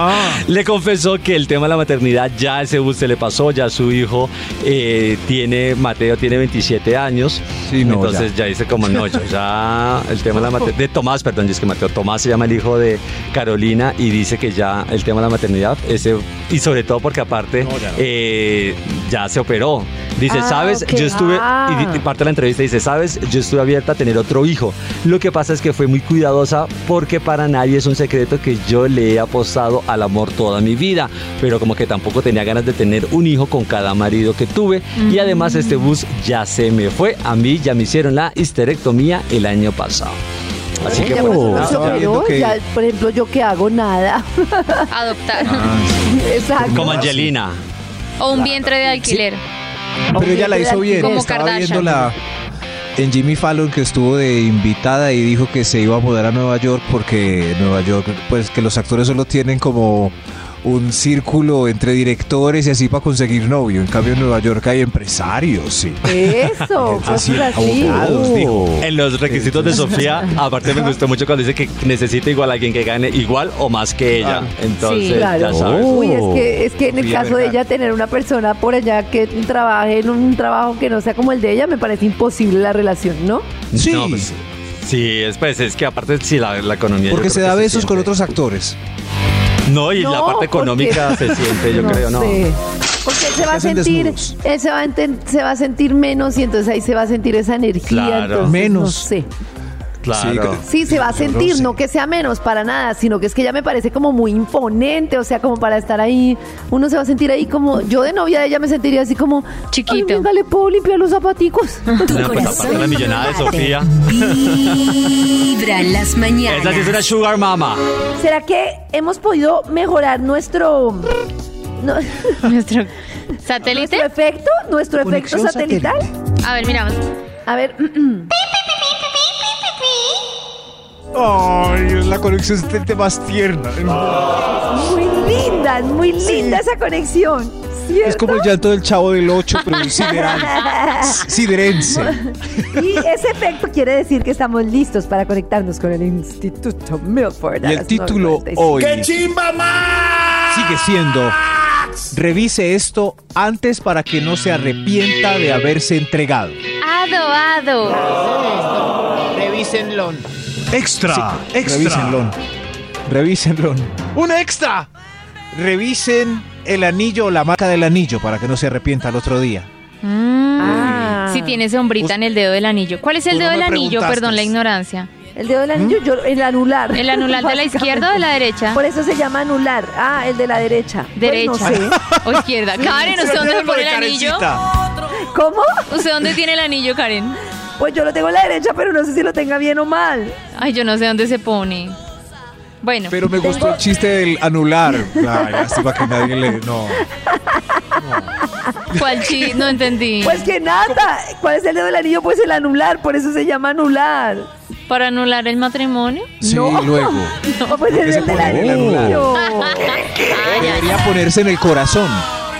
Le confesó que el tema de la maternidad ya ese bus se le pasó, ya su hijo eh, tiene, Mateo tiene 27 años. Sí, no, entonces ya. dice como, no, yo ya el tema de la maternidad, de Tomás, perdón, es que Mateo, Tomás se llama el hijo de Carolina y dice que ya el tema de la maternidad, ese, y sobre todo porque aparte eh, ya se operó. Dice, Ah, ¿sabes? ok. Ah. Yo estuve, y di- y parte de la entrevista dice, ¿sabes? Yo estuve abierta a tener otro hijo. Lo que pasa es que fue muy cuidadosa porque para nadie es un secreto que yo le he apostado al amor toda mi vida, pero como que tampoco tenía ganas de tener un hijo con cada marido que tuve. Y además este Mm. bus ya se me fue. A mí ya me hicieron la histerectomía el año pasado. Así que pues, Ya por bueno, eso no nada, se ya- operó, ya, por ejemplo, yo que hago nada. Adoptar. Ah, Ah, Exacto. como Angelina. O un vientre de alquiler. Pero ella la hizo bien. Como Estaba Kardashian. viendo la en Jimmy Fallon que estuvo de invitada y dijo que se iba a mudar a Nueva York porque Nueva York, pues que los actores solo tienen como un círculo entre directores y así para conseguir novio. En cambio en Nueva York hay empresarios, sí. Eso, Así, Oh, cosas así. abogados, Oh. dijo. En los requisitos de Sofía, aparte me gustó mucho cuando dice que necesita igual a alguien que gane igual o más que ella. Entonces, Sí, ya claro. sabes. Uy, es que, es que en el Uy, es caso de verdad. ella, tener una persona por allá que trabaje en un trabajo que no sea como el de ella, me parece imposible la relación, ¿no? Sí. pues, sí, es, pues, es que aparte, sí, la, la economía. yo Porque creo se que da besos siente. con otros actores. No, y la No, parte económica porque- se siente, yo No creo, ¿no? sé. Porque él se va a hacen sentir, desnudos. él se va a, enten- se va a sentir menos y entonces ahí se va a sentir esa energía. Claro. entonces, Menos. No sé. Claro. Sí, se va a sentir, no que sea menos para nada, sino que es que ella me parece como muy imponente, o sea, como para estar ahí, uno se va a sentir ahí como, yo de novia de ella me sentiría así como, Chiquito. "Ay, venga, le puedo limpiar los zapaticos. No, pues, aparte la millonada de Sofía. Vibra en las mañanas. Esa sí es una sugar mama. ¿Será que hemos podido mejorar nuestro, no- Nuestro satélite. nuestro efecto, nuestro efecto Conexión satelital? A ver, miramos. A ver, Ay, es la conexión este satélite más tierna. muy linda, es muy linda esa conexión. Es ¿cierto? como el llanto del chavo del 8, pero un sideral. Siderense. y ese efecto quiere decir que estamos listos para conectarnos con el Instituto Milford. Y a el las título 9:45. hoy. Sigue siendo. Revise esto antes para que no se arrepienta de haberse entregado. Ado, ado. Revísenlo. Extra, extra. Revísenlo. Revísenlo. ¡Un extra! Revisen el anillo o la marca del anillo para que no se arrepienta al otro día. Mm. Ah. Si tiene sombrita en el dedo del anillo. ¿Cuál es el Tú no dedo me del anillo? preguntaste. Perdón, la ignorancia. El dedo del ¿Mm? anillo, yo, el anular. ¿El anular de la izquierda o de la derecha? Por eso se llama anular. Ah, el de la derecha. Derecha. Pues no sé. O izquierda. Karen, ¿usted dónde se pone el anillo? ¿Cómo? ¿Usted dónde tiene el anillo, Karen? Pues yo lo tengo en la derecha, pero no sé si lo tenga bien o mal. Ay, yo no sé dónde se pone. Bueno, Pero me gustó el chiste del anular. Ay, lástima que nadie le. No. ¿cuál chiste? No entendí. Pues que nada. ¿Cuál es el dedo del anillo? Pues el anular. Por eso se llama anular. ¿Para anular el matrimonio? Sí, No. luego. No, pues qué es se el del pone el anular? anillo. Ah, Debería ponerse en el corazón.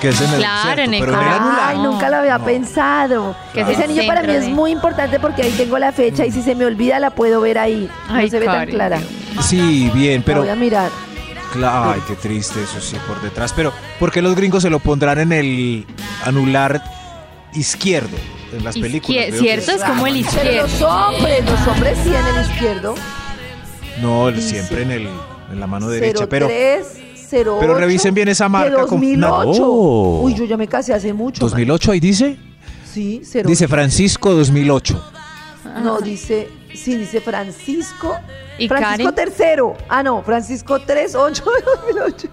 Que es en el Claro, cierto, en el pero corazón. anular. Ay, nunca lo había pensado. Que es Ese el anillo para mí centro es de- muy importante porque ahí tengo la fecha y si se me olvida la puedo ver ahí. No Ay, se ve tan Karen, clara. Dios mío. Sí, bien, Pero, pero. voy a mirar. Cla- Ay, qué triste eso sí por detrás. Pero, ¿por qué los gringos se lo pondrán en el anular izquierdo en las películas? Veo Izquier- que- Ah, ¿Cierto? Es como el Pero izquierdo. los hombres, los hombres sí en el izquierdo. No, el- siempre en, el, en la mano derecha. Pero 03, 08, pero revisen bien esa marca De como- 2008. No. Uy, yo ya me casé hace mucho. man. 2008 ahí dice. Sí, 08. Dice Francisco 2008. No, dice. Sí, dice Francisco. ¿Y Francisco Karen? tercero. Ah, no, Francisco 38 de 2008.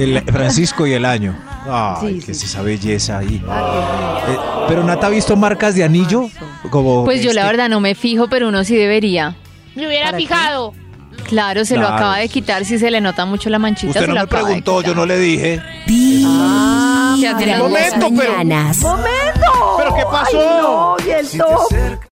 El Francisco y el año. Ay, Sí, que sí. es esa belleza ahí. Ah, Eh, pero Nata ha visto marcas de anillo como Pues yo la este. verdad no me fijo, pero uno sí debería. Me hubiera ¿Para qué? fijado. Claro, se lo Claro, acaba de eso quitar si se le nota mucho la manchita. Usted se no lo me acaba de preguntó, yo no le dije. quitar. Ya Vibra tiene en las Momento, pero- mañanas. ¡Momento! ¿Pero qué pasó? Ay, no, y el top.